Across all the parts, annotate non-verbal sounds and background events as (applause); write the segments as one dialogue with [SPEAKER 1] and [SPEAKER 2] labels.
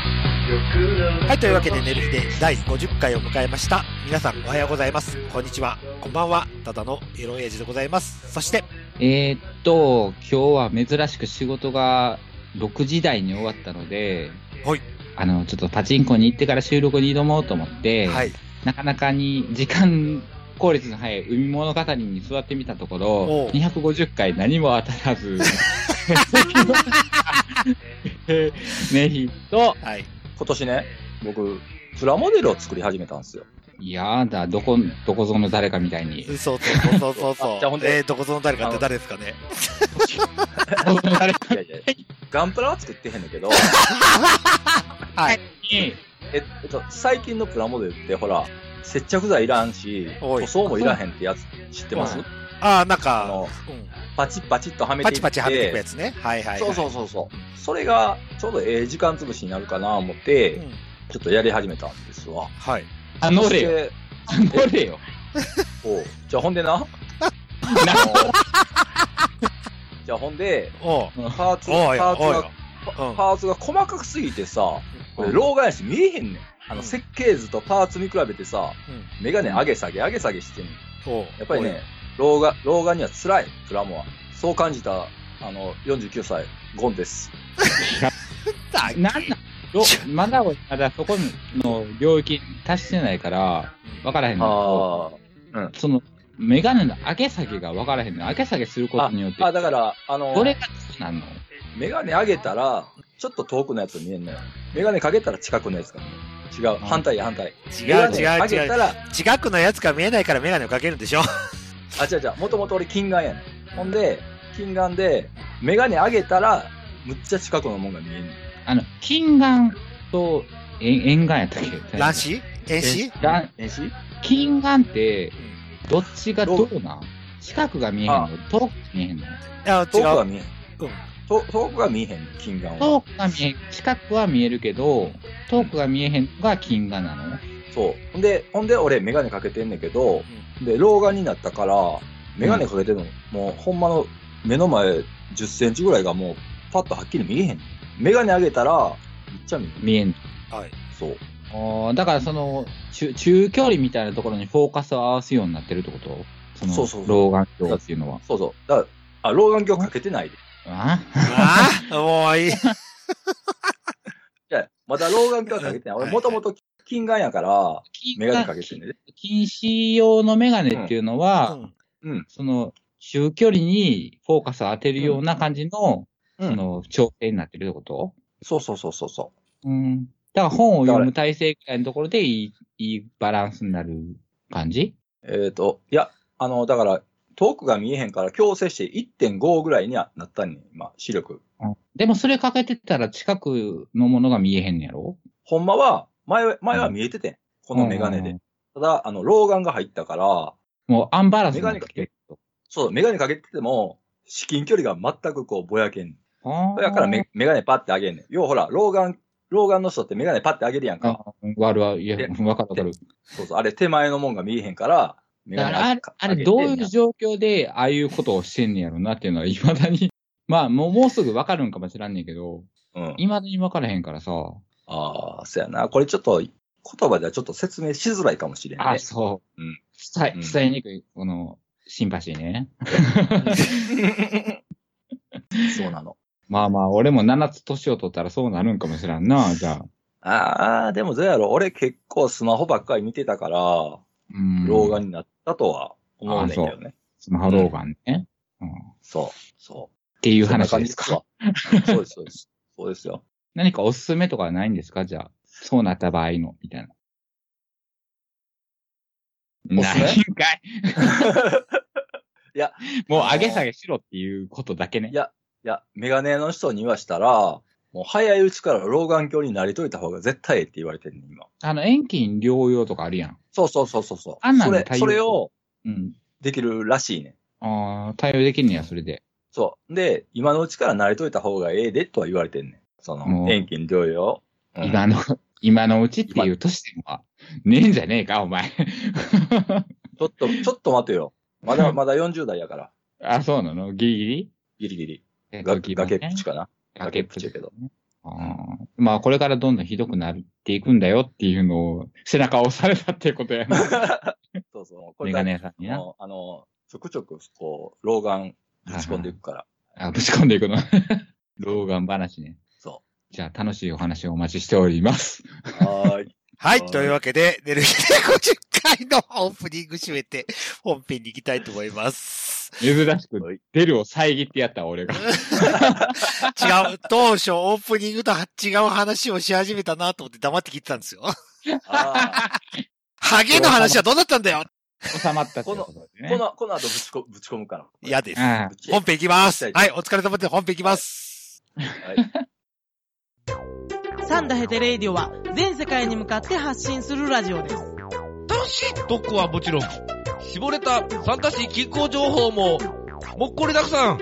[SPEAKER 1] はい、というわけで、寝る日で第50回を迎えました。皆さんおはようございます。こんにちは。こんばんは。ただのエロ親父でございます。そして、
[SPEAKER 2] えーっと、今日は珍しく仕事が6時台に終わったので、
[SPEAKER 1] はい
[SPEAKER 2] あの、ちょっとパチンコに行ってから収録に挑もうと思って、
[SPEAKER 1] はい。
[SPEAKER 2] なかなかに時間効率の早い海物語に座ってみたとこ
[SPEAKER 1] お
[SPEAKER 2] ろ
[SPEAKER 1] う、
[SPEAKER 2] 250回何も当た
[SPEAKER 1] (laughs)
[SPEAKER 2] らず、ねひと、
[SPEAKER 1] はい。
[SPEAKER 3] 今年ね、僕、プラモデルを作り始めたんですよ。
[SPEAKER 2] やだ、どこ、どこぞの誰かみた
[SPEAKER 1] (laughs)
[SPEAKER 2] いに。
[SPEAKER 1] そうそうそうそうそ
[SPEAKER 3] (laughs)
[SPEAKER 1] う。
[SPEAKER 3] あじゃあほんで
[SPEAKER 1] えー、どこぞの誰かって誰ですかね。
[SPEAKER 2] どこぞの誰か
[SPEAKER 3] いやいや、ガンプラは作ってへんねんけ
[SPEAKER 1] (laughs)
[SPEAKER 3] ど、
[SPEAKER 1] はい。
[SPEAKER 2] に。
[SPEAKER 3] えっと、最近のプラモデルってほら、接着剤いらんし、
[SPEAKER 1] おい
[SPEAKER 3] 塗装もいらへんってやつ知ってます
[SPEAKER 2] うん
[SPEAKER 1] ああ、なん
[SPEAKER 3] あ
[SPEAKER 1] か
[SPEAKER 3] の、
[SPEAKER 1] うん
[SPEAKER 3] パチッパチッとはめて
[SPEAKER 1] パ
[SPEAKER 3] いって。
[SPEAKER 1] チパチはめていくやつね。はいはい、はい。
[SPEAKER 3] そうそうそうそう。それが、ちょうどええ時間潰しになるかな思って、
[SPEAKER 1] うん。
[SPEAKER 3] ちょっとやり始めたんですわ。
[SPEAKER 1] はい。
[SPEAKER 2] あのれよ。
[SPEAKER 3] よ。
[SPEAKER 2] あのれよ。
[SPEAKER 3] おうじゃあほんでな。
[SPEAKER 2] な
[SPEAKER 3] あのじゃあほんで、
[SPEAKER 1] おう。
[SPEAKER 3] パーツ、パ
[SPEAKER 1] おうよ
[SPEAKER 3] ー、ツ
[SPEAKER 1] おう
[SPEAKER 3] が
[SPEAKER 1] よ。うん
[SPEAKER 3] パーツが細かくすぎてさ、これ老眼やし見えへんねん。あ
[SPEAKER 1] うん
[SPEAKER 3] の設計図とパーツ見比べてさ、
[SPEAKER 1] うん
[SPEAKER 3] メガネ上げ下げ上げ下げしてんねん。
[SPEAKER 1] おう
[SPEAKER 3] やっぱりね、老眼、老眼には辛い、プラモは。そう感じた、あの、49歳、ゴンです。
[SPEAKER 1] だ
[SPEAKER 2] なんなんどまだ俺まだそこの領域に達してないから、分からへんの
[SPEAKER 3] あ
[SPEAKER 2] と、その、メガネの上げ下げが分からへんの。上げ下げすることによって、
[SPEAKER 3] あ、だから、あの
[SPEAKER 2] ど、れが好きなの
[SPEAKER 3] メガネ上げたら、ちょっと遠くのやつ見えんのよ。メガネかけたら近くのやつが見える違う、反対や反対。
[SPEAKER 1] 違
[SPEAKER 3] メガ
[SPEAKER 1] う
[SPEAKER 3] ネ
[SPEAKER 1] 違う
[SPEAKER 3] 上
[SPEAKER 1] 違
[SPEAKER 3] げ
[SPEAKER 1] う
[SPEAKER 3] た。ら、
[SPEAKER 1] 近くのやつが見えないからメガネをかけるんでしょ。
[SPEAKER 3] あ、違う違う、もともと俺近眼やねん。ほんで、近眼で、メガネ上げたら、むっちゃ近くのもんが見えんねん。
[SPEAKER 2] あの、近眼と遠遠眼やったっけ
[SPEAKER 1] 乱視遠視
[SPEAKER 2] 乱
[SPEAKER 3] 遠視
[SPEAKER 2] 近眼って、どっちがどうなん近くが見えへん
[SPEAKER 3] あ
[SPEAKER 2] の遠くが見えへんの
[SPEAKER 1] いや、違
[SPEAKER 3] 遠くは
[SPEAKER 1] う。
[SPEAKER 3] 見えへん。
[SPEAKER 1] うん。
[SPEAKER 3] 遠遠くは見えへん、近眼は。
[SPEAKER 2] 遠くが見えへん、近くは見えるけど、遠くが見えへんのが近眼なの
[SPEAKER 3] そう。ほんで、ほんで俺、メガネかけてんねんけど、で、老眼になったから、メガネかけてるの、もう、ほんまの目の前10センチぐらいがもう、パッとはっきり見えへん。メガネ上げたら、めっちゃ見える。
[SPEAKER 2] 見えんの
[SPEAKER 1] はい。
[SPEAKER 3] そう。
[SPEAKER 2] あーだからその中中距離みたいなところにフォーカスを合わすようになってるってことその
[SPEAKER 3] そうそうそう
[SPEAKER 2] 老眼鏡っていうのは。
[SPEAKER 3] そうそう。だから、あ、老眼鏡かけてないで。
[SPEAKER 2] あ
[SPEAKER 1] ああ、もういい。
[SPEAKER 3] いや、まだ老眼鏡かけてない。
[SPEAKER 1] は
[SPEAKER 3] 俺、
[SPEAKER 1] い
[SPEAKER 3] もともと近眼やから、
[SPEAKER 2] 近
[SPEAKER 3] メガネかけてんねんね。
[SPEAKER 2] 近視用のメガネっていうのは、
[SPEAKER 1] うん
[SPEAKER 2] その中距離にフォーカスを当てるような感じの,、
[SPEAKER 3] う
[SPEAKER 2] そ
[SPEAKER 3] ん。
[SPEAKER 2] の調整になってるってこと
[SPEAKER 3] そうそうそうそうそう。
[SPEAKER 2] うん。だから本を読む体制ぐらいのところでいいいいバランスになる感じ
[SPEAKER 3] えっ、と、いや、あの、だから、遠くが見えへんから、強制して1.5ぐらいにはなったんねん、今、視力。
[SPEAKER 2] うんでもそれかけてたら近くのものが見えへんのやろ
[SPEAKER 3] ほんまは、前は、前は見えててん。このメガネ
[SPEAKER 2] う
[SPEAKER 3] で
[SPEAKER 2] ん。
[SPEAKER 3] ただ、あの、老眼が入ったから、
[SPEAKER 2] もうアンバランスになってきてると。
[SPEAKER 3] そう、メガネかけてても、至近距離が全くこう、ぼやけんねん。
[SPEAKER 2] あー
[SPEAKER 3] だからメ、メガネパッて上げんねん。要はほら、老眼、老眼の人ってメガネパッて上げるやんか。
[SPEAKER 2] あ、わるわる。いや、
[SPEAKER 3] で
[SPEAKER 2] わかるわかる。
[SPEAKER 3] そうそう、あれ手前のもんが見えへんから、メ
[SPEAKER 2] だ
[SPEAKER 3] ガ
[SPEAKER 2] か
[SPEAKER 3] ネ
[SPEAKER 2] らあれ、あれどういう状況で、ああいうことをしてんねやろなっていうのは、いまだ (laughs) に、まあ、もう、もうすぐわかるんかもしらんねんけど、
[SPEAKER 3] う、うん。
[SPEAKER 2] いまだにわからへんからさ。
[SPEAKER 3] ああ、そうやな。これちょっと、言葉ではちょっと説明しづらいかもしれんね。
[SPEAKER 2] あ、そう。
[SPEAKER 3] うん
[SPEAKER 2] 伝
[SPEAKER 3] う
[SPEAKER 2] え、
[SPEAKER 3] ん
[SPEAKER 2] 伝えにくい、この、シンパシーね。
[SPEAKER 3] そうなの。
[SPEAKER 2] まあまあ、俺も7つ年を取ったらそうなるんかもしらんな、じゃあ。
[SPEAKER 3] ああ、でもどうやろう。俺結構スマホばっかり見てたから、
[SPEAKER 2] うん。
[SPEAKER 3] 老眼になったとは思うねんけ
[SPEAKER 2] あ
[SPEAKER 3] どね。
[SPEAKER 2] スマホ老眼ね。うん。っ
[SPEAKER 3] そう、そう。
[SPEAKER 2] て
[SPEAKER 3] い
[SPEAKER 2] いう話ですか。
[SPEAKER 3] そうです、そうです。そうですよ。
[SPEAKER 2] 何かおすすめとかはないんですかじゃあ。そうなった場合の、みたいな。
[SPEAKER 3] お
[SPEAKER 2] な
[SPEAKER 3] す
[SPEAKER 2] い
[SPEAKER 3] すめ
[SPEAKER 2] んか
[SPEAKER 3] (laughs)
[SPEAKER 2] い。もう
[SPEAKER 3] あの
[SPEAKER 2] 上げ下げしろっていうことだけね
[SPEAKER 3] い。やいや、メガネの人に言わしたら、もう早いうちから老眼鏡になりといた方が絶対ええって言われてるねん、今。
[SPEAKER 2] あの、遠近療養とかあるやん。
[SPEAKER 3] そうそうそうそうそう。
[SPEAKER 2] あんなん
[SPEAKER 3] そ
[SPEAKER 2] で
[SPEAKER 3] れ、
[SPEAKER 2] 対応
[SPEAKER 3] それを
[SPEAKER 2] うん。
[SPEAKER 3] できるらしいねん。
[SPEAKER 2] ああ、対応できるにはそれで。
[SPEAKER 3] そう。で、今のうちから慣れといた方がええでとは言われてんねん。そ
[SPEAKER 2] も
[SPEAKER 3] の、
[SPEAKER 2] う
[SPEAKER 3] 遠近療養。うん
[SPEAKER 2] 今の、 (laughs) 今のうちっていう年でも、ねえんじゃねえか、お前。 (laughs)
[SPEAKER 3] ちょっと、ちょっと待てよ。まだ、まだ40代やから。
[SPEAKER 2] あ、そうなのギリギリ
[SPEAKER 3] ギリギリ。
[SPEAKER 2] えっと
[SPEAKER 3] が崖っぷち
[SPEAKER 2] か。
[SPEAKER 3] かな。
[SPEAKER 2] 崖っぷち
[SPEAKER 3] 崖っぷちやけど
[SPEAKER 2] あーまあ、これからどんどんひどくなっていくんだよっていうのを、背中を押されたっていうことやな。
[SPEAKER 3] そうそう。こ
[SPEAKER 2] メ
[SPEAKER 3] れ
[SPEAKER 2] ガ
[SPEAKER 3] から
[SPEAKER 2] ネ屋さんにな。
[SPEAKER 3] もうあの、ちょくちょく、こう、老眼打ち込んでいくから。
[SPEAKER 2] あ、ぶち込んでいくの。 (laughs) 老眼話ね。
[SPEAKER 3] そ
[SPEAKER 2] じゃあ、楽しいお話をお待ちしてお
[SPEAKER 3] (laughs)
[SPEAKER 2] ります。
[SPEAKER 3] う。はーい。
[SPEAKER 1] は。
[SPEAKER 3] はいい
[SPEAKER 1] というわけで、寝る日で50回の (laughs) オープニング締めて、本編に行きたいと思います。
[SPEAKER 2] 珍し
[SPEAKER 3] は
[SPEAKER 2] く
[SPEAKER 3] い、
[SPEAKER 2] 出るを遮ってやった俺が。
[SPEAKER 1] 違う、当初オープニングとは違う話をし始めたなと思って黙って聞いてたんですよ。
[SPEAKER 3] あ
[SPEAKER 1] ハゲの話はどうなったんだよ
[SPEAKER 2] 収まったっていうこと
[SPEAKER 3] ー
[SPEAKER 2] で (laughs) ね。
[SPEAKER 3] この、この後ぶちこ、ぶち込むから。
[SPEAKER 1] 嫌です。
[SPEAKER 2] ああ
[SPEAKER 3] ぶち
[SPEAKER 1] 本編行きます。
[SPEAKER 3] はい
[SPEAKER 1] はい、お疲れ様で本編行きます。
[SPEAKER 3] はい。
[SPEAKER 4] サンダヘテレイディオは全世界に向かって発信するラジオです。
[SPEAKER 5] 楽しい特攻はもちろん、絞れたサンタシー気候情報も、もっこりたくさん。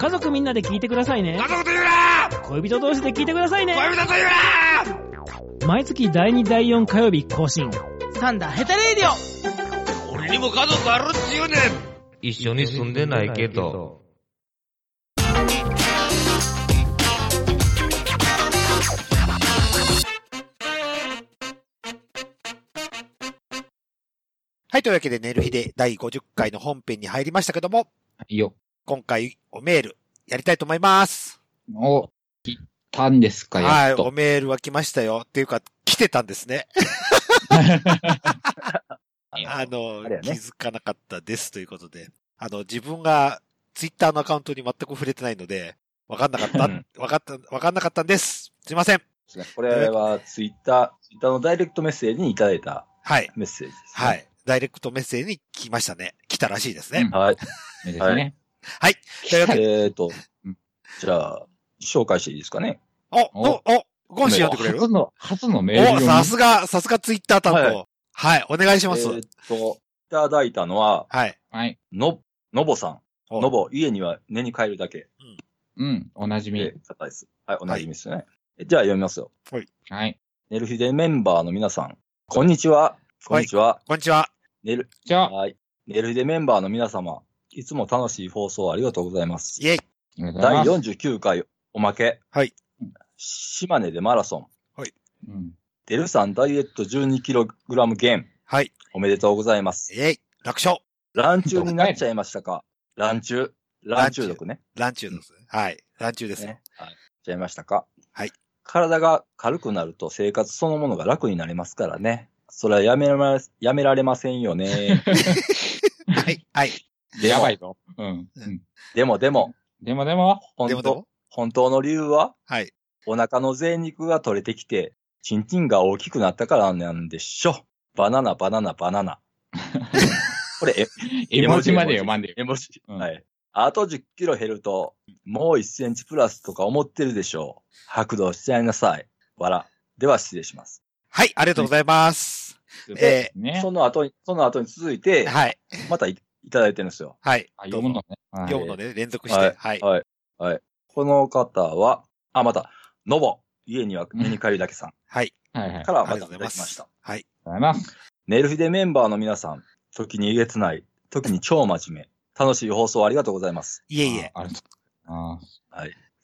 [SPEAKER 6] 家族みんなで聞いてくださいね
[SPEAKER 5] 家。族と言うな
[SPEAKER 6] 恋人同士で聞いてくださいね。
[SPEAKER 5] 恋人と言うな
[SPEAKER 6] 毎月第2、第4火曜日更新。
[SPEAKER 4] サンダヘテレイディオ
[SPEAKER 5] 俺にも家族あるっちゅうねん一緒に住んでないけど。
[SPEAKER 1] はい、というわけで、寝る日で第50回の本編に入りましたけども、
[SPEAKER 2] いいよ。
[SPEAKER 1] 今回おメールやりたいと思います。
[SPEAKER 2] お、来たんですか、
[SPEAKER 1] はい、
[SPEAKER 2] やっ
[SPEAKER 1] お
[SPEAKER 2] と。
[SPEAKER 1] メールは来ましたよ。っていうか、来てたんです
[SPEAKER 3] (laughs)
[SPEAKER 1] ね。あの、
[SPEAKER 3] あれや
[SPEAKER 1] 気
[SPEAKER 3] ね
[SPEAKER 1] づかなかったですということで。あの、自分がツイッターのアカウントに全く触れてないので、わかんなかった
[SPEAKER 3] うん、
[SPEAKER 1] わかった、わかんなかったんです。すいません。
[SPEAKER 3] そうですねこれはツイッター、ツイッターのダイレクトメッセージにいただいた
[SPEAKER 1] はい。
[SPEAKER 3] メッセージです、
[SPEAKER 1] は。い。ダイレクトメッセージに来ましたね。来たらしいですね。
[SPEAKER 2] うん
[SPEAKER 3] はい。
[SPEAKER 2] いいですね。
[SPEAKER 1] はい。というわけで、
[SPEAKER 3] えーと
[SPEAKER 2] うん、
[SPEAKER 3] じゃあ、紹介していいですかね。
[SPEAKER 1] お、お、お、ゴンシー読んでくれる
[SPEAKER 2] 初の、初のメール
[SPEAKER 1] お、
[SPEAKER 2] 読み
[SPEAKER 1] さすが、さすがツイッター担
[SPEAKER 3] は
[SPEAKER 1] 当。はい、お願いし
[SPEAKER 3] え
[SPEAKER 1] ます。
[SPEAKER 3] ーと、いただいたのは、
[SPEAKER 1] はい。
[SPEAKER 2] はい。
[SPEAKER 3] の、のぼさん。
[SPEAKER 1] お
[SPEAKER 3] のぼ、家には寝に帰るだけ。
[SPEAKER 2] うん、おなじみ
[SPEAKER 3] え。ー方です。はい、おなじみですね。えじゃあ読みますよ。
[SPEAKER 2] はい。
[SPEAKER 3] 寝る日でメンバーの皆さん、こんにちは。こんにちは。
[SPEAKER 1] こんにちは。
[SPEAKER 3] 寝る、
[SPEAKER 2] じゃあ、あ
[SPEAKER 3] はい。寝る日でメンバーの皆様、いつも楽しい放送ありがとうございます。
[SPEAKER 1] イェイ。
[SPEAKER 2] りがとうござい
[SPEAKER 3] 第
[SPEAKER 2] ます。
[SPEAKER 3] 49回おまけ。
[SPEAKER 1] はい。
[SPEAKER 3] 島根でマラソン。
[SPEAKER 2] うん
[SPEAKER 3] デルさんダイエット 12kg 減。
[SPEAKER 1] はい。
[SPEAKER 3] おめでとうございます。
[SPEAKER 1] イェイ。楽勝。
[SPEAKER 3] ラン中になっちゃいましたかラン中。ラン中毒ね。
[SPEAKER 1] ランチューです。はい。ランチューですよ。
[SPEAKER 3] ね。はい。ちゃいましたか
[SPEAKER 1] はい。
[SPEAKER 3] 体が軽くなると生活そのものが楽になりますからね。それはやめられま、やめられませんよ
[SPEAKER 1] (laughs)
[SPEAKER 3] ね。
[SPEAKER 1] はい。はい。
[SPEAKER 3] で
[SPEAKER 2] や
[SPEAKER 3] も
[SPEAKER 2] ばい、ぞ。うん。うん
[SPEAKER 3] でもでも、
[SPEAKER 2] でも
[SPEAKER 1] で
[SPEAKER 2] でも、
[SPEAKER 1] も
[SPEAKER 3] 本
[SPEAKER 1] で
[SPEAKER 3] 当
[SPEAKER 1] も、
[SPEAKER 3] 本当の理由は、
[SPEAKER 1] はい。
[SPEAKER 3] お腹の贅肉が取れてきて、チンチンが大きくなったからなんでしょ。バナナ、バナナ、バナ
[SPEAKER 1] (laughs)
[SPEAKER 3] ナ。これ、え
[SPEAKER 2] 絵文字まで読まんでよ。
[SPEAKER 3] 絵文字。
[SPEAKER 2] うん
[SPEAKER 3] はい。あと10キロ減ると、もう1センチプラスとか思ってるでしょう。白道しちゃいなさい。わら。では失礼します。
[SPEAKER 1] はい。ありがとうございます。え
[SPEAKER 2] ね。
[SPEAKER 3] その後に、その後に続いて、
[SPEAKER 1] はい。
[SPEAKER 3] またいいただいてるんですよ。
[SPEAKER 1] はい。
[SPEAKER 2] あ読むのね。はい
[SPEAKER 1] 読むのね、連続して。はい。
[SPEAKER 3] はい。はい。この方は、あ、また、のぼ、家には目に帰りだけさん
[SPEAKER 1] はい。
[SPEAKER 2] はいはい。ありが
[SPEAKER 3] か
[SPEAKER 2] と
[SPEAKER 1] あ
[SPEAKER 3] ら
[SPEAKER 1] り
[SPEAKER 3] また
[SPEAKER 1] がとう
[SPEAKER 3] いた
[SPEAKER 1] ござい
[SPEAKER 3] だ
[SPEAKER 1] ま
[SPEAKER 3] きまし
[SPEAKER 1] す
[SPEAKER 3] た。。
[SPEAKER 1] はい。
[SPEAKER 2] うございます。
[SPEAKER 3] ネルフィデメンバーの皆さん、時にえげつない、時に超真面目、楽しい放送ありがとうございます。
[SPEAKER 1] いえいえ。
[SPEAKER 2] あ。ありがとうございます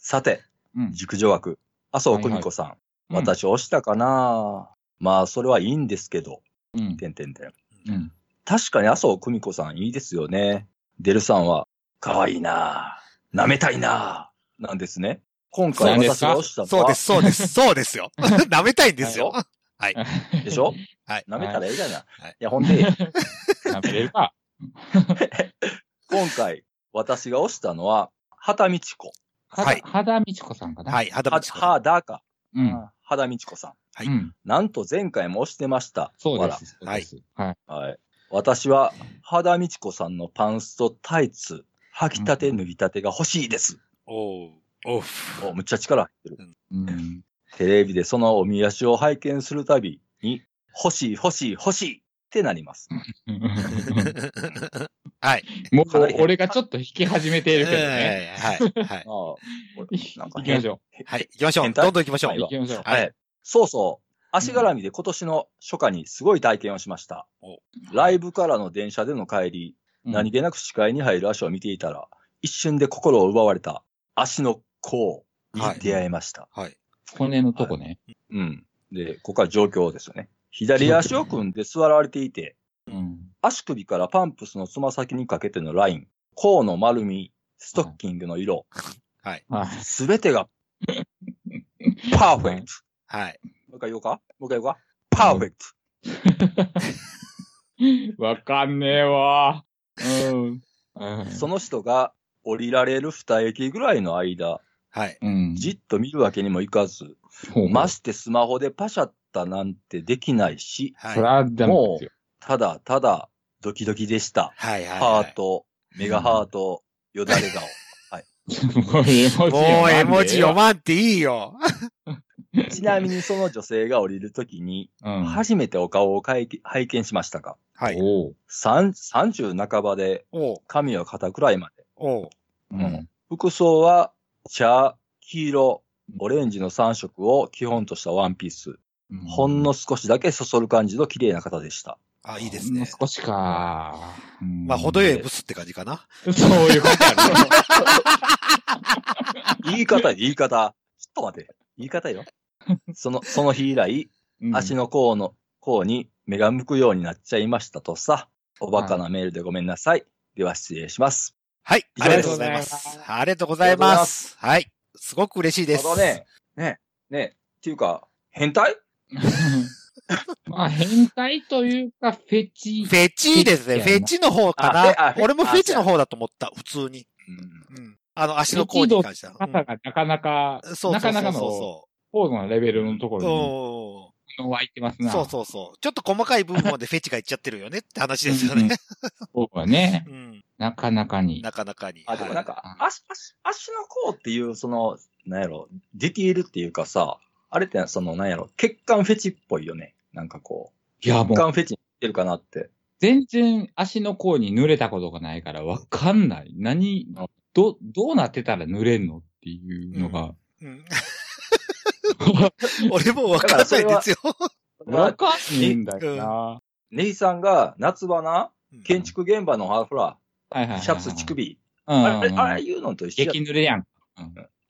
[SPEAKER 3] さて、
[SPEAKER 2] うん
[SPEAKER 3] 熟女枠、麻生久美子さん、
[SPEAKER 2] うん
[SPEAKER 3] 私押したかな、まあ、それはいいんですけど、
[SPEAKER 2] うん。
[SPEAKER 3] てんてんてん。
[SPEAKER 2] うん。
[SPEAKER 3] 確かに麻生久美子さんいいですよね。デルさんは、可愛いな舐めたいななんですね。今回
[SPEAKER 2] そうです
[SPEAKER 3] 私
[SPEAKER 2] か
[SPEAKER 3] が押したのは、
[SPEAKER 1] そうです、そうです、そうですよ。舐めたいんですよ。
[SPEAKER 3] で
[SPEAKER 2] (laughs)
[SPEAKER 3] しょ
[SPEAKER 1] (laughs) はい。
[SPEAKER 3] 舐めたらええがな。
[SPEAKER 1] はい
[SPEAKER 3] い、や、ほんで、
[SPEAKER 2] 食べれるか。
[SPEAKER 3] 今回、私が押したのは、畑道子。
[SPEAKER 2] は
[SPEAKER 1] はい
[SPEAKER 2] だ。はだみちこさんかな。。
[SPEAKER 1] はいい、肌
[SPEAKER 3] は
[SPEAKER 1] 道子
[SPEAKER 3] はだか。
[SPEAKER 2] うん。
[SPEAKER 3] 畑道子さん。
[SPEAKER 1] はい
[SPEAKER 2] うん。
[SPEAKER 3] なんと前回も押してました。
[SPEAKER 2] そう
[SPEAKER 3] わ
[SPEAKER 2] で
[SPEAKER 3] ら
[SPEAKER 2] す。そうです。はい。
[SPEAKER 3] はい。私は、肌道子さんのパンスとタイツ、履きたて脱ぎたてが欲しいです。
[SPEAKER 1] おうおう
[SPEAKER 3] お、むっちゃ力入ってる。
[SPEAKER 2] うん。
[SPEAKER 1] (laughs)
[SPEAKER 3] テレビでそのお見足を拝見するたびに、欲しい欲しい欲しいってなります。
[SPEAKER 2] もう、俺がちょっと引き始めているけどね。
[SPEAKER 1] ええはい、は
[SPEAKER 3] あ
[SPEAKER 1] い。
[SPEAKER 3] あ、これなん
[SPEAKER 2] 行
[SPEAKER 3] か
[SPEAKER 2] きま
[SPEAKER 3] 変
[SPEAKER 2] しょ
[SPEAKER 1] はい、行きましょう。
[SPEAKER 3] 変態
[SPEAKER 1] どんどん行きましょ
[SPEAKER 2] う。行
[SPEAKER 1] う。
[SPEAKER 2] きましょう。
[SPEAKER 1] はい
[SPEAKER 3] はい。そうそう。足絡みで今年の初夏にすごい体験をしました。
[SPEAKER 1] お
[SPEAKER 3] ライブからの電車での帰り、何気なく視界に入る足を見ていたら、一瞬で心を奪われた足の甲に出会いました。
[SPEAKER 1] はい。
[SPEAKER 2] 骨のとこね。
[SPEAKER 3] うん。で、ここから状況ですよね。左足を組んで座られていて、
[SPEAKER 2] うん。
[SPEAKER 3] 足首からパンプスのつま先にかけてのライン、甲の丸み、ストッキングの色、
[SPEAKER 2] はい。
[SPEAKER 3] すべて
[SPEAKER 2] (laughs)
[SPEAKER 3] が、パーフェクト。
[SPEAKER 1] はい。
[SPEAKER 3] もう一回言おうかもう一回言おうかパーフェク
[SPEAKER 2] わかんねえわ。うん。うん
[SPEAKER 3] ト。その人が降りられる二駅ぐらいの間、
[SPEAKER 1] はい。
[SPEAKER 2] うん。
[SPEAKER 3] じっと見るわけにもいかず、
[SPEAKER 2] そう
[SPEAKER 3] ましてスマホでパシャったなんてできないし、
[SPEAKER 1] はい。
[SPEAKER 2] それはダメですよ。
[SPEAKER 3] ただただドキドキでした。
[SPEAKER 1] はいはい。
[SPEAKER 3] ハー。ト、メガハート、よだれ顔。
[SPEAKER 2] (laughs) もう絵文字読まんでええ
[SPEAKER 1] も
[SPEAKER 2] わ
[SPEAKER 1] う絵文字読まんっていいよ。
[SPEAKER 3] (laughs) ちなみにその女性が降りるときに、
[SPEAKER 2] うん。
[SPEAKER 3] 初めてお顔を拝見拝見しましたが、
[SPEAKER 1] はい。
[SPEAKER 2] おう。
[SPEAKER 3] 三30半ばで
[SPEAKER 1] おう、
[SPEAKER 3] 髪は肩くらいまで。
[SPEAKER 1] おう。
[SPEAKER 2] うん。
[SPEAKER 3] 服装は茶、黄色、オレンジの3色を基本としたワンピース。
[SPEAKER 2] うん
[SPEAKER 3] ほんの少しだけそそる感じの綺麗な方でした。
[SPEAKER 1] あ、いいです
[SPEAKER 2] ほんの
[SPEAKER 1] ね。
[SPEAKER 2] 少しか。うん
[SPEAKER 1] まあ、程よいブスって感じかな。
[SPEAKER 2] そういうことやろ。
[SPEAKER 3] 言い方、言い方。ちょっと待って。言い方
[SPEAKER 2] (laughs)
[SPEAKER 3] よ。その、その日以来、
[SPEAKER 2] う
[SPEAKER 1] (laughs)
[SPEAKER 2] ん
[SPEAKER 3] 足の甲の、甲に目が向くようになっちゃいましたとさ。おバカなメールでごめんなさい。では失礼します。
[SPEAKER 1] はい。
[SPEAKER 3] 以
[SPEAKER 1] あ
[SPEAKER 3] 上で
[SPEAKER 1] りが
[SPEAKER 3] す
[SPEAKER 1] とうございます。ありがとうございます。はい。すごく嬉しいです。
[SPEAKER 3] ただね、ね、ね、っていうか、変態
[SPEAKER 2] まあ、変態というか、フェチ。
[SPEAKER 1] フェチですね。
[SPEAKER 2] フ
[SPEAKER 1] フ
[SPEAKER 2] ェチ
[SPEAKER 1] ェチの方か
[SPEAKER 3] あフェあ
[SPEAKER 1] な
[SPEAKER 3] フ。ェ
[SPEAKER 1] 俺もフェチの方だと思った、普通に。
[SPEAKER 3] うん
[SPEAKER 1] うん。あの、足の甲に関しては。
[SPEAKER 2] 肩がなかなか、
[SPEAKER 1] うんそうそう
[SPEAKER 2] な
[SPEAKER 1] そ
[SPEAKER 2] か
[SPEAKER 1] う
[SPEAKER 2] なかの
[SPEAKER 1] そ
[SPEAKER 2] 高度なレベルのとこ
[SPEAKER 1] う。
[SPEAKER 2] ろ
[SPEAKER 1] そ
[SPEAKER 2] に湧いてます
[SPEAKER 1] う
[SPEAKER 2] な。
[SPEAKER 1] ん。そうそうそう。ちょっと細かい部分までフェチがいっちゃってるよねって話ですよ
[SPEAKER 2] うんう
[SPEAKER 1] ね
[SPEAKER 2] ん。僕はね、
[SPEAKER 1] うん。
[SPEAKER 2] なかなかに。
[SPEAKER 1] なかなかに。
[SPEAKER 3] あ、でもなんか、
[SPEAKER 2] は
[SPEAKER 3] 足、足、足の甲っていう、その、なんやろ、ディティールっていうかさ、あれって、その、なんやろ、血管フェチっぽいよね。なんかこう。
[SPEAKER 2] いや、
[SPEAKER 3] 血
[SPEAKER 2] もう、
[SPEAKER 3] 管フェチに似てるかなって。
[SPEAKER 2] 全然足の甲に濡れたことがないから、わかんない。何、ど、どうなってたら濡れんのっていうのが。
[SPEAKER 1] うん。 (laughs) 俺もわからないですよ。
[SPEAKER 2] (laughs) わかんねえんだよな。
[SPEAKER 3] ネギさんが夏場な、建
[SPEAKER 1] うん
[SPEAKER 3] 築現場のあほら、
[SPEAKER 2] はいはいはいはい
[SPEAKER 3] シャツ、乳。首。
[SPEAKER 2] うん
[SPEAKER 3] あ
[SPEAKER 2] う
[SPEAKER 3] れ、
[SPEAKER 2] ん
[SPEAKER 3] あ
[SPEAKER 2] う
[SPEAKER 3] れ
[SPEAKER 2] ん。
[SPEAKER 3] いうのと一緒
[SPEAKER 2] 激
[SPEAKER 3] や。
[SPEAKER 2] 濡れやん。